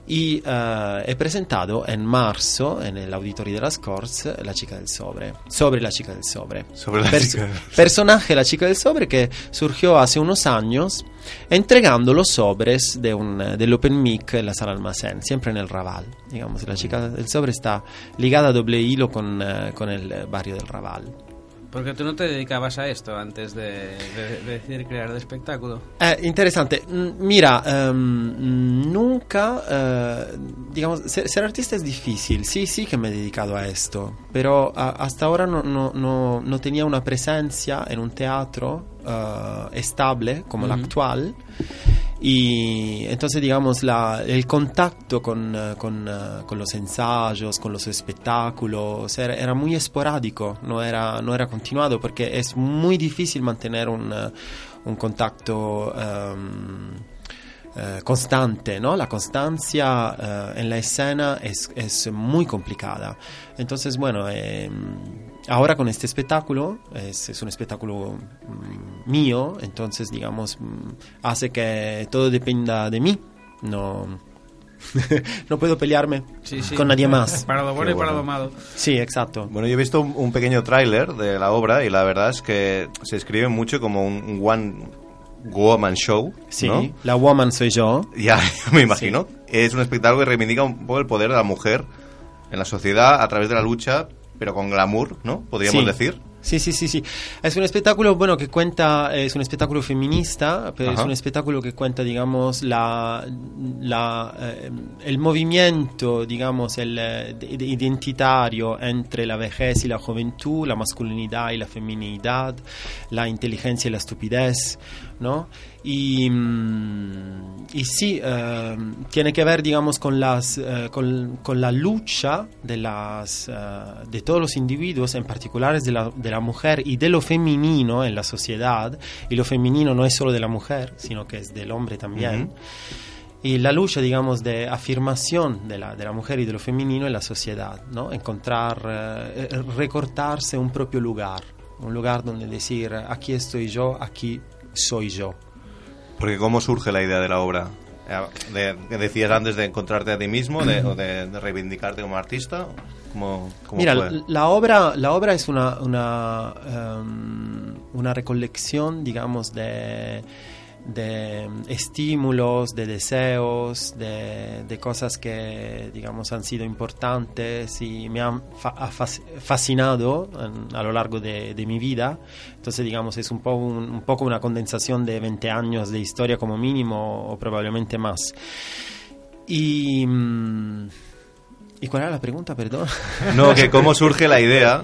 Y eh, he presentado en marzo en el Auditorio de las Corts La Chica del Sobre. Sobre La Chica del Sobre. Sobre la chica del Personaje La Chica del Sobre que surgió hace unos años entregando los sobres de un, eh, dell'Open Mic en la sala almacén, siempre en el Raval. Digamos, La Chica del Sobre está ligada a doble hilo con, eh, con el eh, barrio del Raval. Porque tú no te dedicabas a esto antes de, de- de decidir crear el espectáculo. Eh, interesante. Mm, Mira, ehm, nunca, eh, digamos, ser, ser artista es difícil. Sí, sí que me he dedicado a esto, pero ah, hasta ahora no, no- no- no tenía una presencia en un teatro eh, estable como la Ujú. actual. Y entonces, digamos, la- el contacto con, eh, con, eh, con los ensayos, con los espectáculos, era, era muy esporádico, no era, no era continuado, porque es muy difícil mantener un, eh, un contacto ehm, eh, constante, ¿no? La constancia eh, en la escena es, es muy complicada. Entonces, bueno, em, ahora con este espectáculo, es, es un espectáculo mm, mío, entonces, digamos, mm, hace que todo dependa de mí. No, no puedo pelearme Sí, sí. con nadie más. Para lo bueno Qué y para bueno. lo malo. Sí, exacto. Bueno, yo he visto un, un pequeño tráiler de la obra y la verdad es que se escribe mucho como un, un one woman show, Sí, ¿no? la woman soy yo. Ya, me imagino. Es un espectáculo que reivindica un poco el poder de la mujer en la sociedad a través de la lucha, pero con glamour, ¿no? Podríamos Sí. decir. Sí, sí, sí, sí. Es un espectáculo, bueno, que cuenta, es un espectáculo feminista, pero Ajá. es un espectáculo que cuenta, digamos, la, la, eh, el movimiento, digamos, el eh, de- de- identitario entre la vejez y la juventud, la masculinidad y la feminidad, la inteligencia y la estupidez, ¿no? Y, mm, y sí, eh, tiene que ver, digamos, con, las, eh, con, con la lucha de, las, eh, de todos los individuos, en particular de la, de la mujer y de lo femenino en la sociedad. Y lo femenino no es solo de la mujer, sino que es del hombre también. Y la lucha, digamos, de afirmación de la, de la mujer y de lo femenino en la sociedad, ¿no? Encontrar, eh, eh, recortarse un propio lugar, un lugar donde decir, aquí estoy yo, aquí soy yo. Porque ¿cómo surge la idea de la obra? Eh, de- que decías antes de encontrarte a ti mismo de, o de, de reivindicarte como artista. ¿Cómo, cómo Mira, fue? la, la obra, la obra es una, una, em, una recolección, digamos, de, de estímulos, de deseos, de, de cosas que, digamos, han sido importantes y me han fa- ha fas- fascinado en- a lo largo de, de mi vida. Entonces, digamos, es un, po- un- un poco una condensación de 20 años de historia como mínimo o probablemente más. Y... mm, ¿Y cuál era la pregunta? Perdón. No, que cómo surge la idea.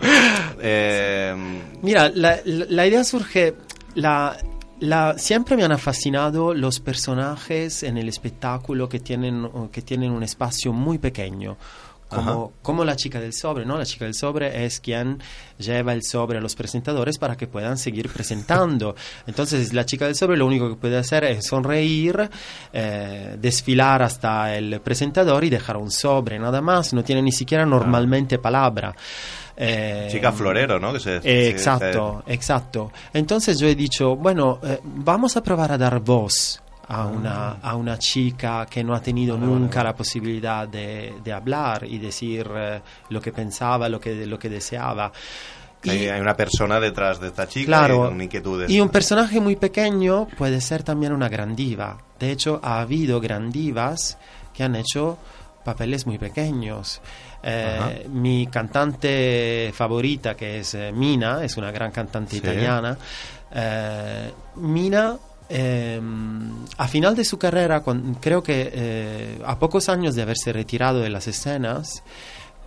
eh, Mira, la, la- la idea surge. La, la- siempre me han fascinado los personajes en el espectáculo que tienen, que tienen un espacio muy pequeño. Como, como la chica del sobre, ¿no? La chica del sobre es quien lleva el sobre a los presentadores para que puedan seguir presentando. Entonces, la chica del sobre lo único que puede hacer es sonreír, eh, desfilar hasta el presentador y dejar un sobre, nada más. No tiene ni siquiera normalmente palabra. Eh, Chica florero, ¿no? Que se- eh, se- exacto, exacto. Entonces yo he dicho, bueno, eh, vamos a probar a dar voz a una, a una chica que no ha tenido nunca la posibilidad de, de hablar y decir eh, lo que pensaba, lo que, lo que deseaba. que hay, hay una persona detrás de esta chica y Claro. con inquietudes. Y un personaje muy pequeño puede ser también una gran diva. De hecho, ha habido gran divas que han hecho papeles muy pequeños. Eh, mi cantante favorita, que es eh, Mina, es una gran cantante Sí. italiana. eh, Mina, eh, a final de su carrera, cuan- creo que eh, a pocos años de haberse retirado de las escenas,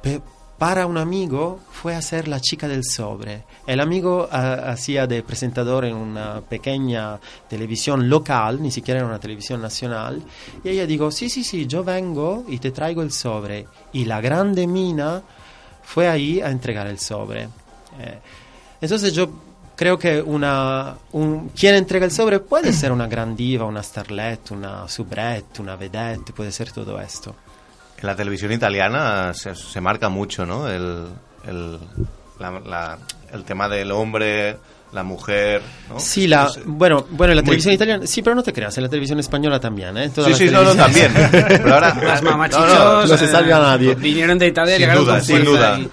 pe- para un amigo fue a ser la chica del sobre. El amigo ah, hacía de presentador en una pequeña televisión local, ni siquiera en una televisión nacional, y ella dijo, sí, sí, sí, yo vengo y te traigo el sobre. Y la grande mina fue ahí a entregar el sobre. Eh, entonces yo creo que una, un- quien entrega el sobre puede ser una gran diva, una starlet, una subrette, una vedette, puede ser todo esto. En la televisión italiana se, se marca mucho, ¿no? El, el, la- la- el tema del hombre, la mujer, ¿no? Sí, la, Es- bueno, bueno, en la Oh, Muy- televisión italiana, sí, pero no te creas, en la televisión española también, ¿eh? Todas Sí, las sí, no, no, televisiones- también. Pero ahora- Las No, no, mamachichos eh, no se salve a nadie. Vinieron de Italia y sin llegaron duda, con sin fuerza duda. y-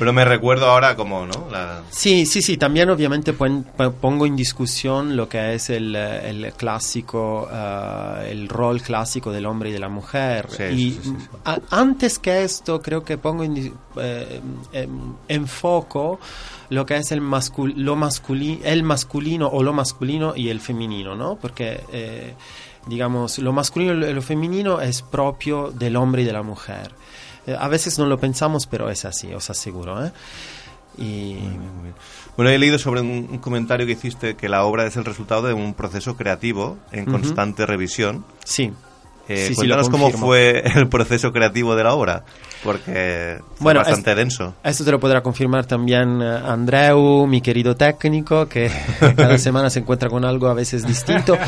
Pero me recuerdo ahora como, ¿no? La, Sí, sí, sí, también obviamente pon- po- pongo en discusión lo que es el, eh, el clásico, eh, el rol clásico del hombre y de la mujer. Sí, y sí, sí, sí. mm, a- antes que esto, creo que pongo en, dis- eh, em, en foco lo que es el, mascul- lo masculi- el masculino o lo masculino y el femenino, ¿no? Porque, eh, digamos, lo masculino y lo femenino es propio del hombre y de la mujer. Eh, a veces no lo pensamos, pero es así, os aseguro, ¿eh? Y... Bueno, he leído sobre un, un comentario que hiciste que la obra es el resultado de un proceso creativo en Ujú. constante revisión. Sí. Eh, Sí, sí, cuéntanos lo cómo confirmo. fue el proceso creativo de la obra, porque fue bastante es- denso. Esto te lo podrá confirmar también eh, Andreu, mi querido técnico, que cada semana se encuentra con algo a veces distinto.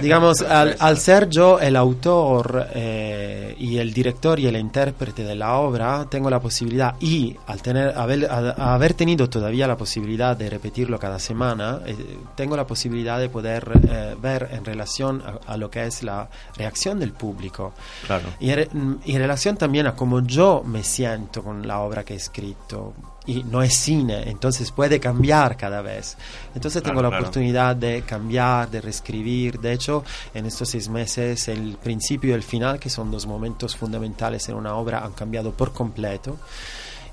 Digamos, al, al ser yo el autor eh, y el director y el intérprete de la obra, tengo la posibilidad y al tener, haber, a- haber tenido todavía la posibilidad de repetirlo cada semana, eh, tengo la posibilidad de poder eh, ver en relación a- a lo que es la reacción del público. Claro. Y en, re- mm, y en relación también a cómo yo me siento con la obra que he escrito. Y no es cine, entonces puede cambiar cada vez. Entonces Claro, tengo la claro. oportunidad de cambiar, de reescribir. De hecho, en estos seis meses, el principio y el final, que son dos momentos fundamentales en una obra, han cambiado por completo.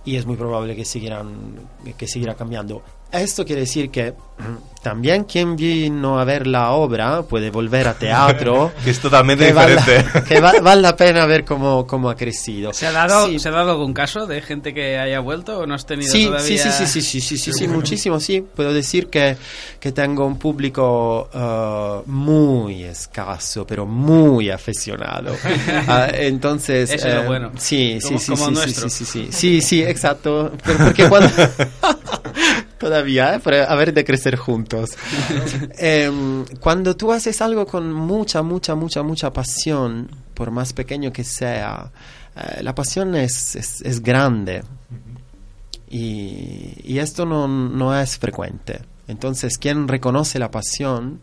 Y es muy probable que, seguirán, que seguirá cambiando. Esto quiere decir que también quien vino a ver la obra puede volver a teatro. Que es totalmente vale la- diferente. que va- vale la pena ver cómo, cómo ha crecido. ¿Se ha, dado, Sí. ¿Se ha dado algún caso de gente que haya vuelto o no has tenido Sí, todavía? sí, sí, sí, sí, sí, sí, sí, sí, muchísimo, sí. Puedo decir que, que tengo un público eh, muy escaso, pero muy aficionado. Ah, entonces... Eso es lo eh, bueno. Sí, sí, Como- sí, como sí, sí, nuestro. sí, sí, sí, sí, sí, exacto. Pero porque cuando... Todavía, ¿eh? pero a ver de crecer juntos. Em, cuando tú haces algo con mucha, mucha, mucha, mucha pasión, por más pequeño que sea, eh, la pasión es, es, es grande. Y, y esto no, no es frecuente. Entonces, quien reconoce la pasión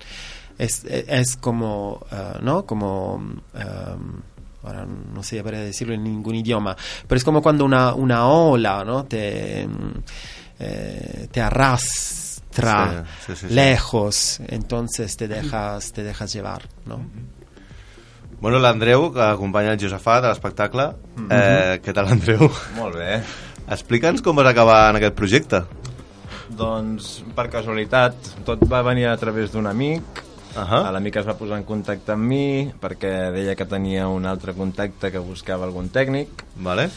es, es como, eh, ¿no? Como, em, ahora no sé para decirlo en ningún idioma, pero es como cuando una, una ola, ¿no? Te, em, eh, te arrastra Sí, sí, sí, sí. lejos, entonces te dejas, te dejas llevar, ¿no? Bueno, l'Andreu, que acompanya el Josafat a l'espectacle. eh, què tal, Andreu? Molt bé. Explica'ns com vas acabar en aquest projecte. Doncs, per casualitat, tot va venir a través d'un amic. Uh Ahà. -huh. L'amic es va posar en contacte amb mi perquè deia que tenia un altre contacte que buscava algun tècnic. Vale.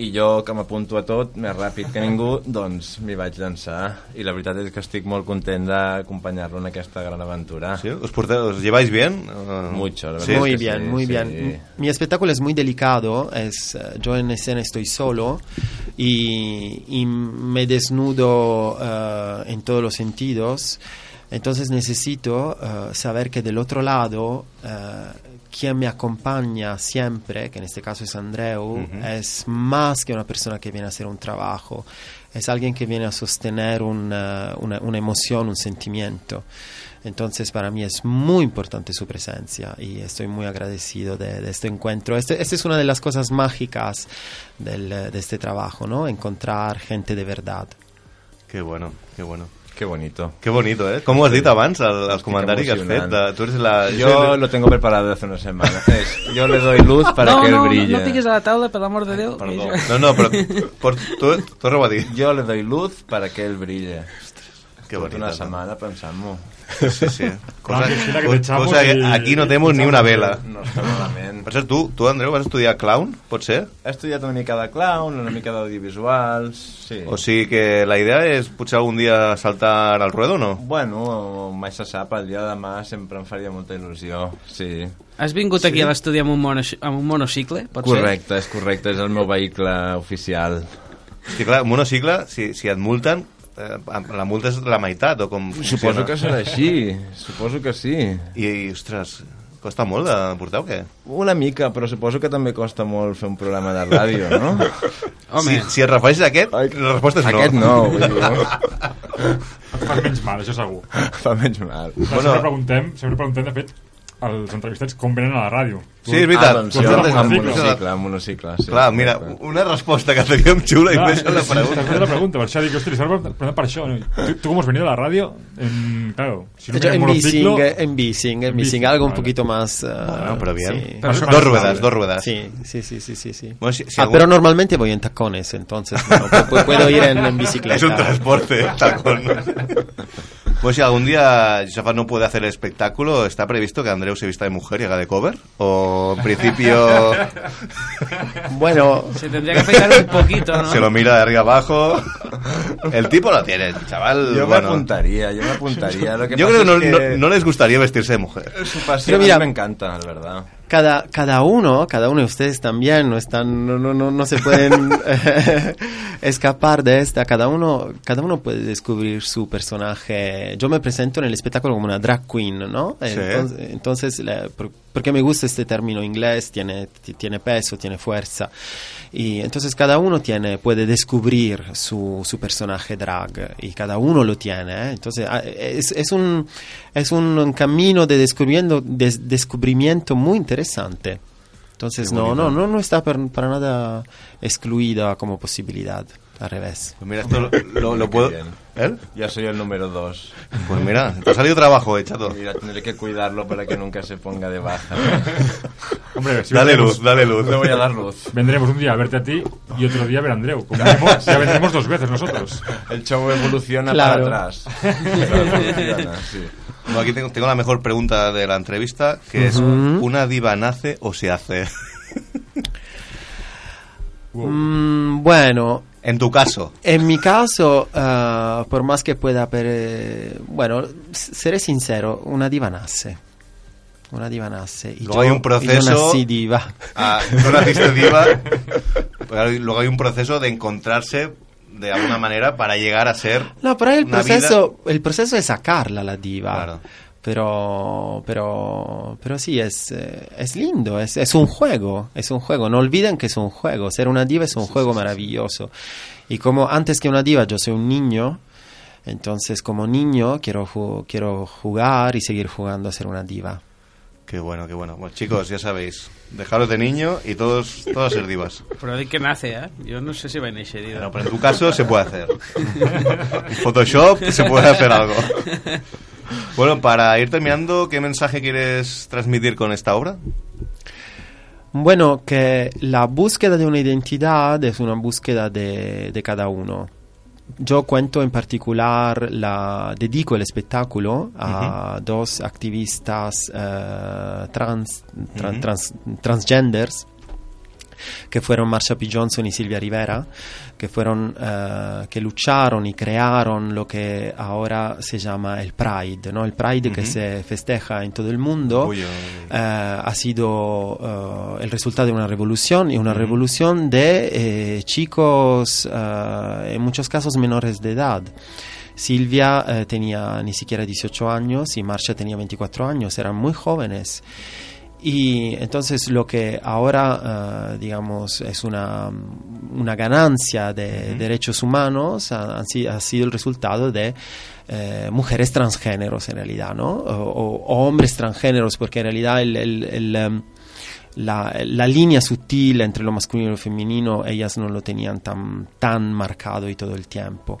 I jo, que m'apunto a tot, més ràpid que ningú, doncs m'hi vaig llançar. I la veritat és que estic molt content d'acompanyar-lo en aquesta gran aventura. Sí? Us, porteu, us lleváis bien? Eh, Ah. Mucho, la sí. verdad. muy sí, bien, sí, muy sí. bien. Mi espectáculo es muy delicado, es, eh, yo en escena estoy solo y, y me desnudo eh, en todos los sentidos, entonces necesito eh, saber que del otro lado eh, quien me acompaña siempre, que en este caso es Andreu, es más que una persona que viene a hacer un trabajo, es alguien que viene a sostener un, eh, una, una emoción, un sentimiento. Entonces para mí es muy importante su presencia y estoy muy agradecido de, de este encuentro. Esta este es una de las cosas mágicas del, eh, de este trabajo, ¿no? Encontrar gente de verdad. Qué bueno, qué bueno. Qué bonito. Qué bonito, ¿eh? ¿Cómo has dit abans el, el comentari que has fet? emocionant. De, tu eres la... Yo lo tengo preparado hace una semana. Es, yo le doy luz para no, que él no, brille. No, no piques a la taula, per l'amor de Déu. Perdó. que jo- por, tú, torna a dir. Yo le doy luz para que él brille. Qué Tot bonito, una no? setmana pensant-m'ho. Sí, sí. Cosa, Clar, imagina que cosa- te echamos cosa que i- aquí no tenemos ni una vela. No està malament. Per cert, tu, tu, Andreu, vas estudiar clown, pot ser? He estudiat una mica de clown, una mica d'audiovisuals... Sí. O sigui que la idea és potser algun dia saltar al ruedo, no? Bueno, mai se sap, el dia de demà sempre em faria molta il·lusió, sí. Has vingut aquí a l'estudi amb, un mono, amb un monocicle, pot Correcte, és correcte, és el meu vehicle oficial. Sí, clar, monocicle, si, si et multen, eh, la multa és la meitat, o com funciona? Suposo que serà així, suposo que sí. I, i ostres, costa molt de portar o què? Una mica, però suposo que també costa molt fer un programa de ràdio, no? Si, si et refereixes a aquest, la resposta és no. Aquest no, vull dir, Fa menys mal, això segur. Fa menys mal. Bueno. Sempre preguntem, sempre preguntem, de fet, als entrevistats com venen a la ràdio. Sí, és veritat. Ah, doncs, Tu jo, has fet amb el monocicle, monocicle. amb monocicle. Sí, Clar, mira, una resposta que teníem xula i Clar, no és la sí, pregunta. t'has fet la pregunta, per això dic, hòstia, estàs preguntant per això. no? Tu, tu com has venit a la ràdio, em, claro, si De no hecho, mira en monociclo... Bising, en Bising, en Bising, algo un poquito más... eh, Bueno, pero bien. sí. Pero eso Dos no es ruedas, estable. dos ruedas. Sí, sí, sí, sí, sí. sí. Bueno, si- si ah, algún- pero normalmente voy en tacones, entonces bueno, pu- pu- puedo ir en, en bicicleta. Es un transporte, el tacón. Pues si algún día Josafat no puede hacer el espectáculo, ¿está previsto que Andreu se vista de mujer y haga de cover? ¿O en principio Bueno... Se tendría que afeitar un poquito, ¿no? se lo mira de arriba abajo? El tipo lo tiene, el chaval. Jo bueno. m'apuntaria, jo m'apuntaría. Lo que Pues Yo pasa creo que no, es no- no les gustaría vestirse de mujer. Su pasión Pero mira- a mí me encanta, la verdad. Cada, cada uno, cada uno de ustedes también, no están, no, no, no, no se pueden eh, escapar de esta. Cada uno, cada uno puede descubrir su personaje. Yo me presento en el espectáculo como una drag queen, ¿no? Sí. Entonces, entonces, la- por- porque me gusta este término inglés, tiene, ti- tiene peso, tiene fuerza. Y entonces cada uno tiene, puede descubrir su, su personaje drag y cada uno lo tiene. ¿eh? Entonces ah, es, es un, es un camino de, descubriendo, de descubrimiento muy interesante. Entonces Qué no, bonito. no, no, no está per- para nada excluida como posibilidad. Al revés. Pues mira, esto lo, lo- lo Qué puedo. bien. ¿Eh? Ya soy el número dos. Pues mira, te ha salido trabajo, eh, chato. Mira, tendré que cuidarlo para que nunca se ponga de baja. Hombre, si Dale vendremos- luz, dale luz. Le voy a dar luz. Vendremos un día a verte a ti y otro día a ver a Andreu. Como vemos, ya vendremos dos veces nosotros. El show evoluciona Claro. para atrás. Claro, evoluciona, sí. No, aquí tengo, tengo la mejor pregunta de la entrevista, que es, Ujú. ¿una diva nace o se hace? Mm, bueno, En tu caso. En mi caso, eh, por más que pueda, per- eh, bueno, s- seré sincero, una diva nace. Una diva nace. Y Luego hay un proceso. y Yo nací diva. Ah, no naciste diva. Pero hay- Luego hay un proceso de encontrarse de alguna manera para llegar a ser. No, pero el una vida- proceso, el proceso es sacarla la diva. Claro. Pero, pero, pero sí, es, eh, es lindo, es, es un juego, es un juego. No olviden que es un juego. Ser una diva es un juego maravilloso. Y como antes que una diva yo soy un niño, entonces como niño quiero, ju- quiero jugar y seguir jugando a ser una diva. Qué bueno, qué bueno. Bueno, chicos, ya sabéis, dejaros de niño y todos, todos ser divas. Però dic que nace, eh? Jo no sé si va néixer. diu. Bueno, pero en tu caso se puede hacer. En Photoshop se puede hacer algo. Bueno, para ir terminando, ¿qué mensaje quieres transmitir con esta obra? Bueno, que la búsqueda de una identidad es una búsqueda de, de cada uno. Yo cuento en particular, la, dedico el espectáculo a dos activistas eh, trans, tran- Ujú. trans- transgenders que fueron Marsha P. Johnson y Silvia Rivera, que fueron, eh, que lucharon y crearon lo que ahora se llama el Pride, ¿no? El Pride que Ujú. se festeja en todo el mundo. Orgullo. Eh, ha sido eh, el resultado de una revolución y una revolución de eh, chicos, eh, en muchos casos menores de edad. Silvia eh, tenía ni siquiera 18 años y Marcia tenía 24 años, eran muy jóvenes. Y entonces lo que ahora, eh, digamos, es una, una ganancia de derechos humanos ha, han si- ha sido el resultado de eh, mujeres transgéneros en realidad, ¿no? O, o- o hombres transgéneros, porque en realidad el- el- el, em, la, la línea sutil entre lo masculino y lo femenino ellas no lo tenían tan, tan marcado y todo el tiempo.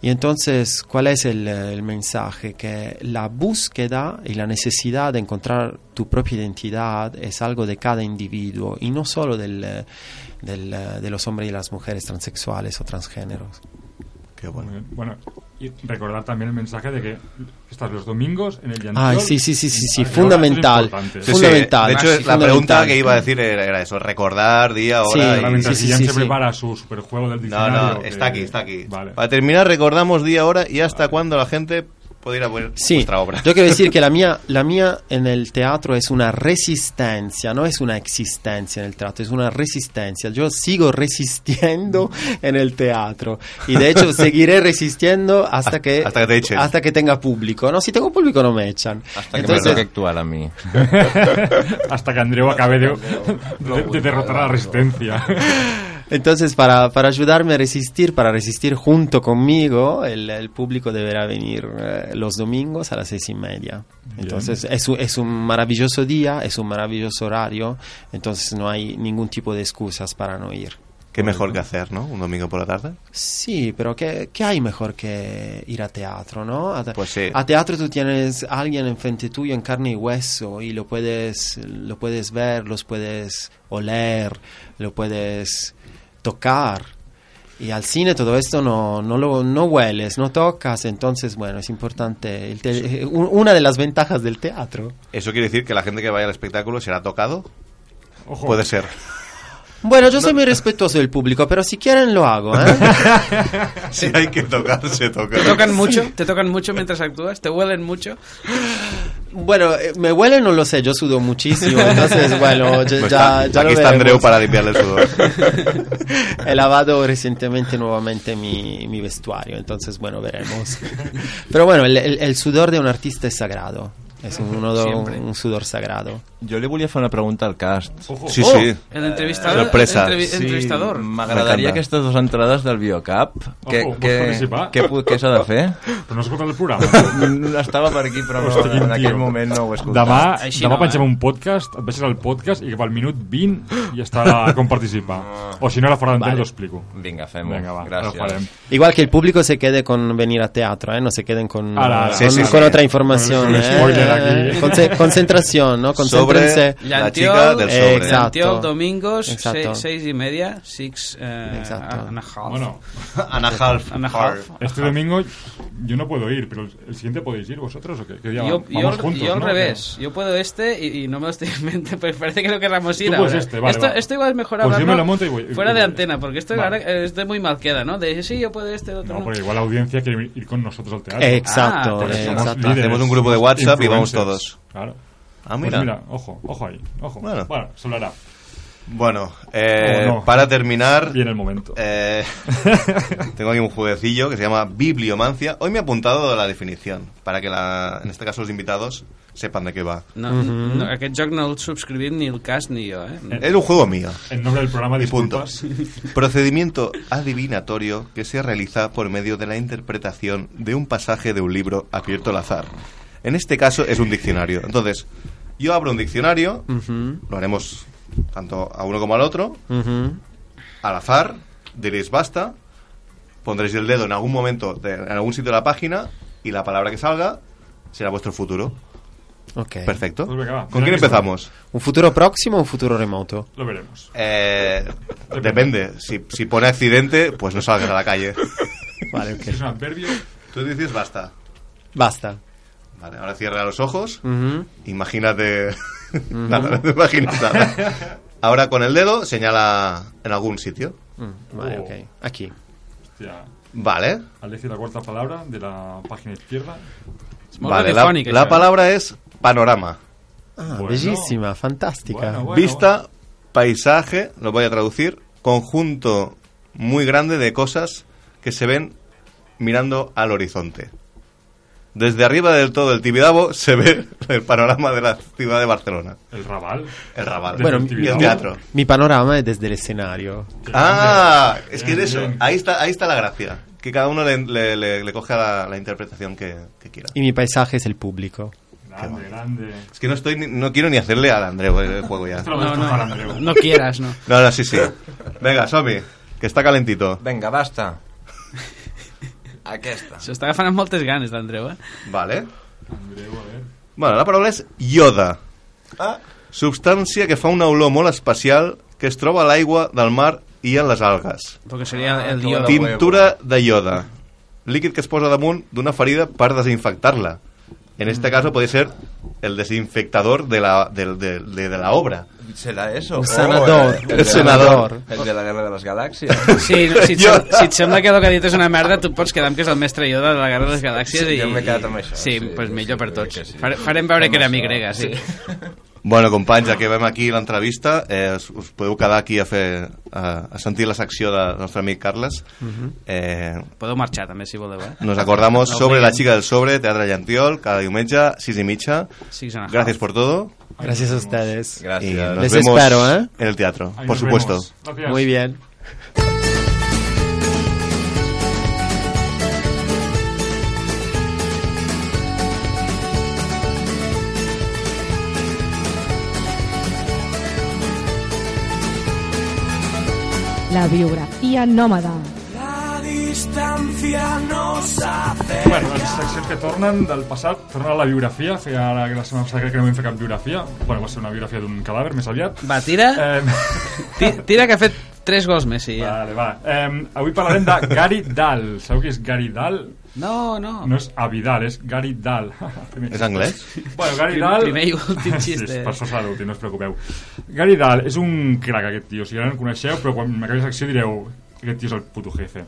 Y entonces, ¿cuál es el, el mensaje? Que la búsqueda y la necesidad de encontrar tu propia identidad es algo de cada individuo y no solo del, eh, del, de los hombres y las mujeres transexuales o transgéneros. Qué bueno. Bueno, y recordar también el mensaje de que estás los domingos en el llanero. Ay, sí, sí, sí, sí, sí, fundamental. Sí, sí, Fundamental. De hecho, Fundamental. la pregunta que iba a decir era, era eso, recordar día, Sí, hora... y- Mientras Guillem se prepara su superjuego del No, diccionario. no, que- está aquí, está aquí. Vale. Para terminar, recordamos día, hora y hasta cuándo la gente puede ir a ver Sí, vuestra obra. yo quiero decir que la mía, la mía en el teatro es una resistencia, no es una existencia en el teatro, es una resistencia. Yo sigo resistiendo en el teatro y de hecho seguiré resistiendo hasta que, Hasta que te echen. hasta que tenga público. No, si tengo público no me echan. Hasta que me toque actuar a mí. Hasta que Andreu acabe de, de- de derrotar a la resistencia. Entonces, para, para ayudarme a resistir, para resistir junto conmigo, el, el público deberá venir eh, los domingos a las seis y media. Entonces, es, un- es un maravilloso día, es un maravilloso horario, entonces no hay ningún tipo de excusas para no ir. Qué mejor que hacer, ¿no? Un domingo por la tarde. Sí, pero ¿qué, qué hay mejor que ir a teatro, no? A, te- Pues sí. a teatro tú tienes a alguien enfrente tuyo en carne y hueso y lo puedes, lo puedes ver, los puedes oler, lo puedes tocar. Y al cine todo esto no, no lo no hueles, no tocas, entonces bueno, es importante. el te- eh, u- una de las ventajas del teatro. Eso quiere decir que la gente que vaya al espectáculo será tocado. Ojo. Puede ser. Bueno, yo soy muy respetuoso del público, pero si quieren lo hago, ¿eh? Si hay que tocar, se toca. ¿Te tocan mucho? ¿Te tocan mucho mientras actúas? ¿Te huelen mucho? Bueno, eh, me huele, no lo sé, yo sudo muchísimo, entonces bueno, Pues ya, ya, está- ya lo aquí está Andreu veremos. para limpiarle el sudor. He lavado recientemente nuevamente mi, mi vestuario, entonces bueno, veremos. Pero bueno, el, el- el sudor de un artista es sagrado, es un, un odor- Siempre. un sudor sagrado. Jo li volia fer una pregunta al cast. Ojo. Oh, Sí, sí. El entrevistador. Sorpresa. el entrevi- entrevistador. M'agradaria M'encanta. aquestes dues entrades del Biocap. Què, vols què, participar? què, pu- què s'ha de fer? Però no has escoltat el programa. No Estava per aquí, però Hosti, quin en aquell tio. moment no ho he escoltat. Demà, Així demà no, pengem eh? un podcast, et baixes el podcast i cap al minut 20 ja estarà com participar. Ah. O si no, ara fora d'entena Vale. t'ho explico. Vinga, fem-ho. Vinga, va, ara ho farem. Gràcies. Igual que el público se quede con venir a teatro, ¿eh? no se queden con, Ara, ara. con, Sí, sí, con sí. otra información. Con el spoiler ¿eh? aquí. Conce- concentración, ¿no? Sobre Ah, Concéntrense. la chica del Eh, sobre. exacto. Santiago, domingos, Exacto. seis, seis y media, six eh, Exacto. and a half. Bueno, Ana Half. And a half. este domingo yo no puedo ir, pero el siguiente podéis ir vosotros o qué, ¿Qué día Yo, va- yo, vamos juntos, yo al ¿no? revés. Yo puedo este y, y no me lo estoy inventando. Pues parece que no querramos ir Tú puedes ahora. este, vale, esto, va. esto igual es mejor Pues yo hablarlo me lo monto y voy- y- fuera y de voy. antena, porque esto Vale. ahora eh, estoy muy mal queda, ¿no? De sí, yo puedo este, el otro No, no. porque igual la audiencia quiere ir con nosotros al teatro. Exacto, Ah, Porque eh, somos exacto. líderes, Hacemos un grupo de somos WhatsApp y vamos influencers. todos. Claro. Ah, Pues mira. mira, ojo, ojo ahí, ojo. Bueno. Bueno, se hablará. Bueno, eh, Oh, no. para terminar, Viene el momento. eh, tengo aquí un jueguecillo que se llama Bibliomancia. Hoy me he apuntado la definición para que, la, en este caso, los invitados sepan de qué va. No, no, aquest joc no el subscribim ni el cas ni jo, eh? Es un juego mío. En nombre del programa, Y punto. Ah, disculpas. Procedimiento adivinatorio que se realiza por medio de la interpretación de un pasaje de un libro abierto al azar. En este caso es un diccionario. Entonces, yo abro un diccionario, Ujú, lo haremos tanto a uno como al otro, ujú. al azar, diréis basta, pondréis el dedo en algún momento, de- en algún sitio de la página, y la palabra que salga será vuestro futuro. Ok. Perfecto. Pues venga, va. ¿Con quién Mira, empezamos? ¿Un futuro próximo o un futuro remoto? Lo veremos. Eh, depende. Si, si pone accidente, pues no salgas a la calle. Vale, Si es un adverbio, Tú dices basta. Basta. Vale, ahora cierra los ojos. Ujú. Imagínate. nada, no te imaginas nada. Ahora con el dedo señala en algún sitio. Mm, Vale, Oh. ok. Aquí. hostia, Vale. al decir la cuarta palabra de la página izquierda, És molt Vale, la, radiofònic, ¿eh? la això. palabra es panorama. Ah, Bueno. bellísima, fantástica. Bueno, bueno. Vista, paisaje, lo voy a traducir, conjunto muy grande de cosas que se ven mirando al horizonte. Desde arriba del todo el Tibidabo se ve el panorama de la ciudad de Barcelona. el rabal. El Raval. Desde Bueno, el y el Tibidabo. teatro. Mi panorama es desde el escenario. Ah, es que Bien, es eso. bien. Ahí está, ahí está la gracia. Que cada uno le, le- le- le coge la, la interpretación que, que quiera. Y mi paisaje es el público. Grande, grande. Es que no estoy, ni- no quiero ni hacerle al Andreu el, el juego ya. Esto lo va a No, destrozar no, Andreu. no quieras, no. No, no, sí, sí. Venga, Somi, que está calentito. Vinga, basta. Aquesta. S'està agafant amb moltes ganes, l'Andreu, eh? Vale. Bueno, la paraula és ioda. Ah. Substància que fa una olor molt especial que es troba a l'aigua del mar i en les algues. Perquè seria Ah, el Tintura ió. Tintura de ioda. Líquid que es posa damunt d'una ferida per desinfectar-la. En este caso puede ser el desinfectador de la, del- del- de, de la obra. Serà eso? Un O sanador. el Un de la- sanador. El de la Guerra de les Galàxies. Sí, no, si, et sem- si et sembla que el que ha dit és una merda, tu et pots quedar amb que és el mestre Yoda de la Guerra de les Galàxies. Sí, i, jo m'he quedat amb això, Sí, sí, doncs pues millor per tots. sí. Fare- Farem veure Amb que era mi això, grega, sí. sí. Bueno, companys, acabem aquí l'entrevista. Eh, us, us podeu quedar aquí a, fer, a, a sentir la secció del nostre amic Carles. Mhm. eh, Podeu marxar, també, si voleu, eh? Nos acordamos No ho sobre La feien. chica del sobre, Teatre Llantiol, cada diumenge, 6 y mitja. Six and a half. Gracias por todo. Gracias a ustedes. Y Gracias. nos Les vemos espero, ¿eh? En el teatro, Ahí por nos supuesto. vemos. Gracias. Muy bien. La biografia nòmada. La distància no s'afe. Bueno, les seccions que tornen del passat, tornen a la biografia, feia ara la setmana passada crec que no vam fer cap biografia, bueno, va ser una biografia d'un cadàver més aviat. Va, tira. Ti- Tira que ha fet 3 gols Messi, ja. Vale, Eh. va. Eh, avui parlarem de Gary Dahl. Sabeu qui és Gary Dahl? No, no. No és Avidal, és Gary Dahl. És anglès? Bueno, Gary Prim- Dahl... Ah, primer i últim Sí, xiste. és per sort serà l'últim, no us preocupeu. Gary Dahl és un crac, aquest tio. Si ja no el coneixeu, però quan m'acabi la secció direu aquest tio és el puto jefe.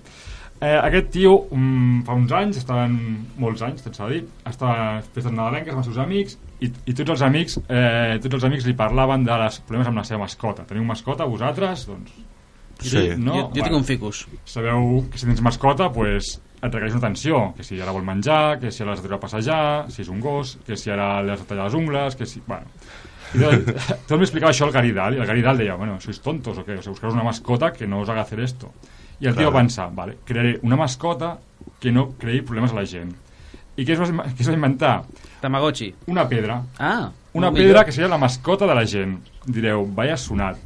Eh, aquest tio um, fa uns anys, estaven molts anys, tot s'ha de dir, estava després de Nadalenques amb els seus amics i, i tots, els amics, eh, tots els amics li parlaven de les problemes amb la seva mascota. Teniu mascota, vosaltres? Doncs Sí. no? Jo- jo tinc un ficus. Sabeu que si tens mascota, pues, et requereix una atenció. Que si ara vol menjar, que si ara l'has de treure a passejar, si és un gos, que si ara l'has de tallar les ungles, que si... Bueno. I tot, tot m'explicava això el Garidal, i el Garidal deia, bueno, sois tontos o què? O sigui, buscaros una mascota que no us haga hacer esto. I el tio Claro. va pensar, vale, crearé una mascota que no creï problemes a la gent. I què es va, què es va inventar? Tamagotchi. Una pedra. Ah, Una molt pedra millor. que seria la mascota de la gent. Direu, vaya sonat.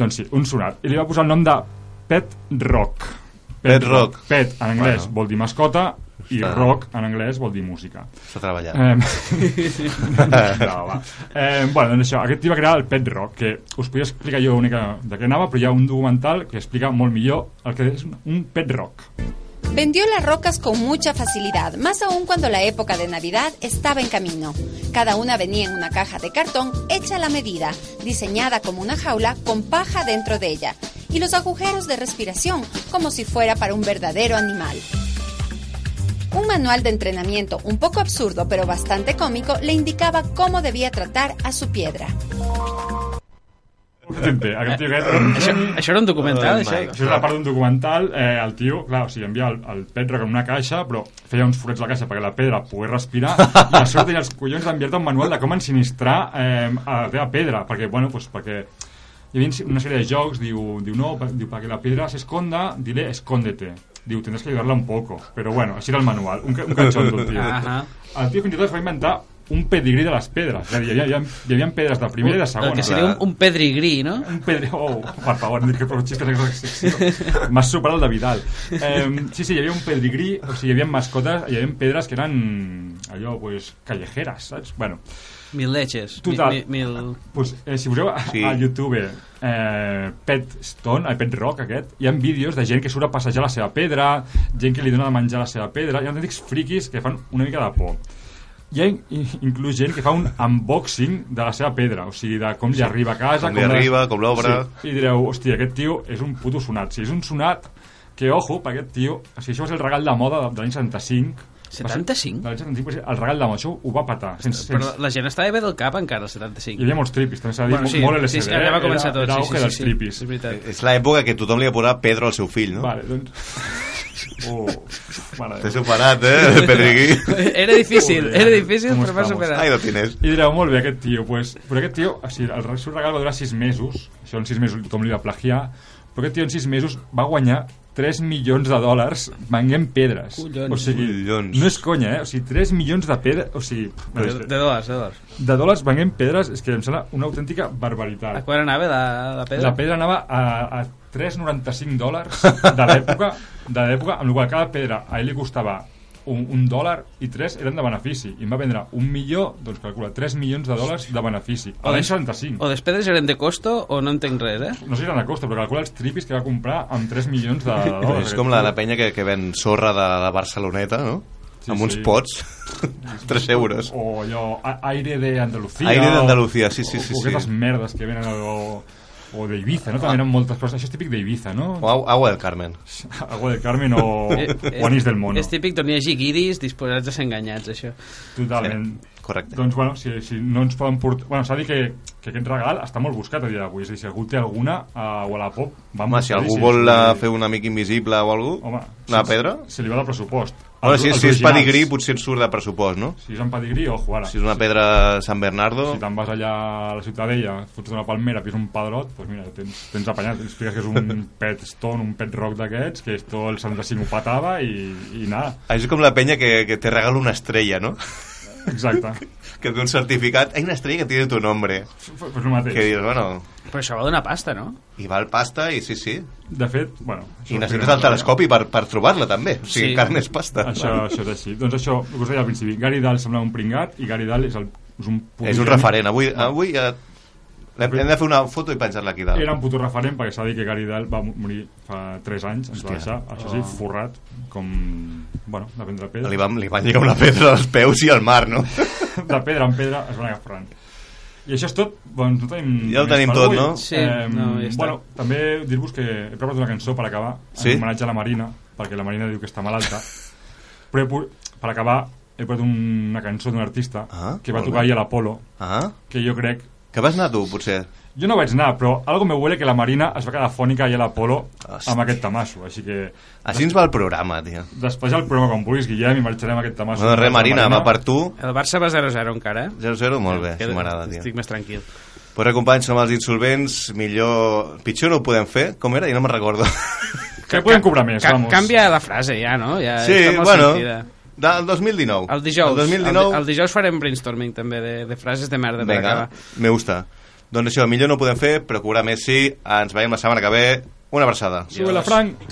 Doncs sí, un sonat. I li va posar el nom de Pet Rock. Pet Rock. Pet, en anglès, Bueno. vol dir mascota, i Està- rock, en anglès, vol dir música. S'ha treballat. Eh, no, va. Eh, bueno, doncs això, aquest tio va crear el Pet Rock, que us podia explicar jo una mica de què anava, però hi ha un documental que explica molt millor el que és un Pet Rock. Vendió las rocas con mucha facilidad, más aún cuando la época de Navidad estaba en camino. Cada una venía en una caja de cartón hecha a la medida, diseñada como una jaula con paja dentro de ella y los agujeros de respiración como si fuera para un verdadero animal. Un manual de entrenamiento un poco absurdo pero bastante cómico le indicaba cómo debía tratar a su piedra. Tinte, aquest tio Eh, aquest... Això- això era un documental, Ai, això? Mike. Això és la part d'un documental. Eh, el tio, clar, o sigui, envia el, el Pet Rock en una caixa, però feia uns forets a la caixa perquè la pedra pogués respirar, i a sobre tenia els collons d'enviar-te un manual de com ensinistrar eh, a la teva pedra, perquè, bueno, doncs perquè hi havia una sèrie de jocs, diu, diu no, per- diu, perquè la pedra s'esconda, dile escóndete. Diu, tindràs que ajudar-la un poco. Però bueno, així era el manual. Un, ca- un catxondo, el tio. Ahà. El tio fins i tot es va inventar un pedigrí de les pedres. És a dir, hi havia, hi havia pedres de primera i de segona. El que seria un, un pedrigrí, no? Un pedri... Oh, per favor, no dic que prou xistes en aquesta secció. M'has superat el de Vidal. Eh, sí, sí, hi havia un pedigrí, o sigui, hi havia mascotes, hi havia pedres que eren allò, pues, callejeras, saps? Bueno, Mil leches. Total. Mi, mi, mil... pues, eh, si poseu a, Sí. sí. a YouTube eh, Pet Stone, el Pet Rock aquest, hi ha vídeos de gent que surt a passejar la seva pedra, gent que li dona de menjar la seva pedra, hi ha autèntics friquis que fan una mica de por. Hi ha in- inclús gent que fa un unboxing de la seva pedra, o sigui, de com li Sí. arriba a casa... Com li arriba, com l'obre. Sí. I direu, hòstia, aquest tio és un puto sonat. Si és un sonat, que ojo, per aquest tio... O sigui, això va ser el regal de moda de, de l'any 75. Va ser- 75? De l'any 75 va ser el regal de moda, això ho va patar. Sense, Però sense... la gent estava bé del cap encara, el 75. Hi havia molts tripis, també s'ha de dir, molt LSD. Sí, sí, allà va eh? començar era, tot. Era sí, auge sí, dels sí, tripis. És veritat. És l'època que tothom li ha posat Pedro al seu fill, no? Vale, doncs... Oh, mare de T'he Déu. superat, eh, Pedrigui? Era difícil, Joder, era difícil, com però va estamos. superar. Ai, lo tienes. I direu, molt bé, aquest tio, pues, però aquest tio, o sigui, el re- seu regal va durar 6 mesos, això en 6 mesos tothom li va plagiar, però aquest tio en 6 mesos va guanyar 3 milions de dòlars venguent pedres. Collons. O sigui, Collons. no és conya, eh? O sigui, 3 milions de pedres... O sigui, De, de dòlars, de dòlars. de dòlars venguent pedres és que em sembla una autèntica barbaritat. A Eh? quan anava la, la pedra? La pedra anava a, a 3,95 dòlars de l'època. de l'època amb la qual cada pedra a ell li costava un, un dòlar i tres eren de benefici i em va vendre un milió, doncs calcula 3 milions de dòlars de benefici, a l'any des- 75 O les pedres eren de costo o no entenc res, eh? no sé si eren a costa, però calcula els tripis que va comprar amb 3 milions de Però dòlars és com la, la penya que, que ven sorra de la Barceloneta, no? Sí, amb uns sí. pots, 3 euros. o allò, a- aire de Andalucía Aire de Andalucía, o- sí, sí, sí, o sí. aquestes merdes que venen o, o de Ibiza, no? També eren moltes coses això és típic d'Ibiza, no? O au- agua del Carmen. Agua del Carmen o, Eh, o Anís del Mono És típic d'on hi hagi guiris disposats a ser enganyats, això. Totalment. Correcte. Doncs, bueno, si, si no ens poden portar... Bueno, s'ha de dir que, que aquest regal està molt buscat a dia d'avui. És a dir, si algú té alguna a, o a la pop... Van Home, si algú vol la, fer un amic invisible o algú, Home, una pedra... Se li va de pressupost. Bueno, Els- si, els si és originals. pedigrí, potser et surt de pressupost, no? Si és en pedigrí, ojo, ara. Si és una pedra Sant Bernardo... Si te'n vas allà a la Ciutadella, fots una palmera, pis un padrot, doncs mira, tens, tens apanyat. Expliques que és un pet stone, un pet rock d'aquests, que esto el 75 ho patava i, i nada. Això Ah, és com la penya que, que te regala una estrella, no? Exacte. que et té un certificat. Hay una estrella que tiene tu nombre. Pues el mateix. Que dius, bueno... Però això va donar pasta, no? I val pasta, i sí, sí. De fet, bueno... I necessites el telescopi per, per trobar-la, també. O sigui, sí. encara més pasta. Això, això és així. Doncs això, el que us deia al principi, Gary Dahl semblava un pringat i Gary Dahl és, el, és un... És un referent. Avui, avui eh, hem hem de fer una foto i penjar-la aquí dalt. Era un puto referent perquè s'ha de dir que Gary Dahl va morir fa 3 anys, ens Hòstia. va deixar, això sí, Oh. forrat, com... Bueno, de prendre pedra. Li van, li van lligar una pedra als peus i al mar, no? de pedra en pedra es van agafant. I això és tot, doncs no tenim... Ja ho més tenim per tot, avui. Eh, no? Sí, no, ja està. Bueno, també dir-vos que he preparat una cançó per acabar, Sí? en homenatge a la Marina, perquè la Marina diu que està malalta, però he, pu- per acabar he posat una cançó d'un artista ah, que va molt tocar bé. ahir a l'Apolo, Ah? que jo crec... Que vas anar tu, potser? Jo no vaig anar, però algo me huele que la Marina es va quedar fònica ahir a l'Apolo amb aquest tamasso, així que... Així ens va el programa, tio. Després el programa quan vulguis, Guillem, i marxarem amb aquest tamasso. Bueno, res, Marina, va per tu. El Barça va 0-0 encara, eh? 0-0, molt bé, Queda- això m'agrada, tio. Estic més tranquil. Pues res, companys, som els insolvents, millor... Pitjor no ho podem fer, com era? I no me'n recordo. Eh, Que podem cobrar més, Ca canvia la frase ja, no? Ja Sí, està molt bueno, sentida. del 2019. El dijous. El 2019. El, el dijous farem brainstorming també de, de frases de merda per Vinga, acabar. me gusta. Doncs això, millor no ho podem fer, però cobrar més sí. Ens veiem la setmana que ve. Una abraçada. Sube la Frank.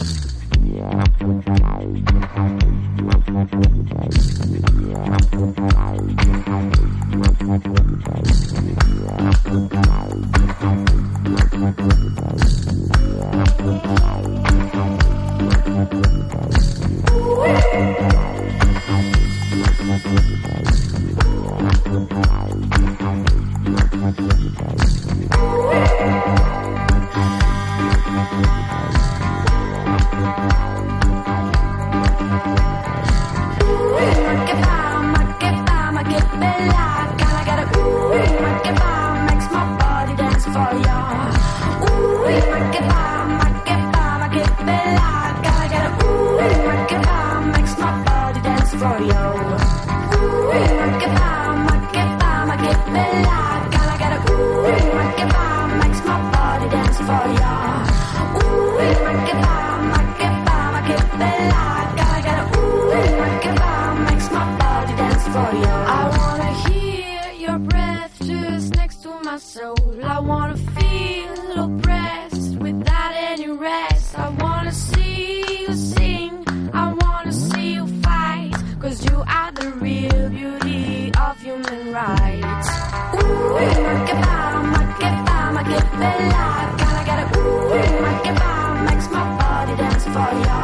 I wanna hear your breath just next to my soul. I wanna feel oppressed without any rest. I wanna see you sing. I wanna see you fight. Cause you are the real beauty of human rights. Ooh, eh, ma che fa, ma che fa, ma che bella. Gotta get a ooh, eh, ma che fa, makes my body dance for ya.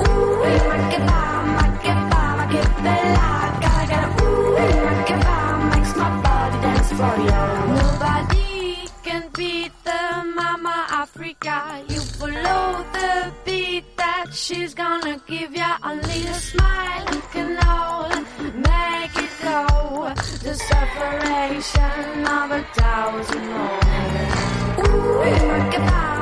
Ooh, eh, ma che fa, ma che fa, ma che bella. Gotta get a ooh, eh, ma che fa, makes my body dance for ya. Nobody can beat the Mama Africa. You follow the beat that she's gonna give ya. Only a smile you can all make it go. The separation of a thousand more. Ooh, make it pop,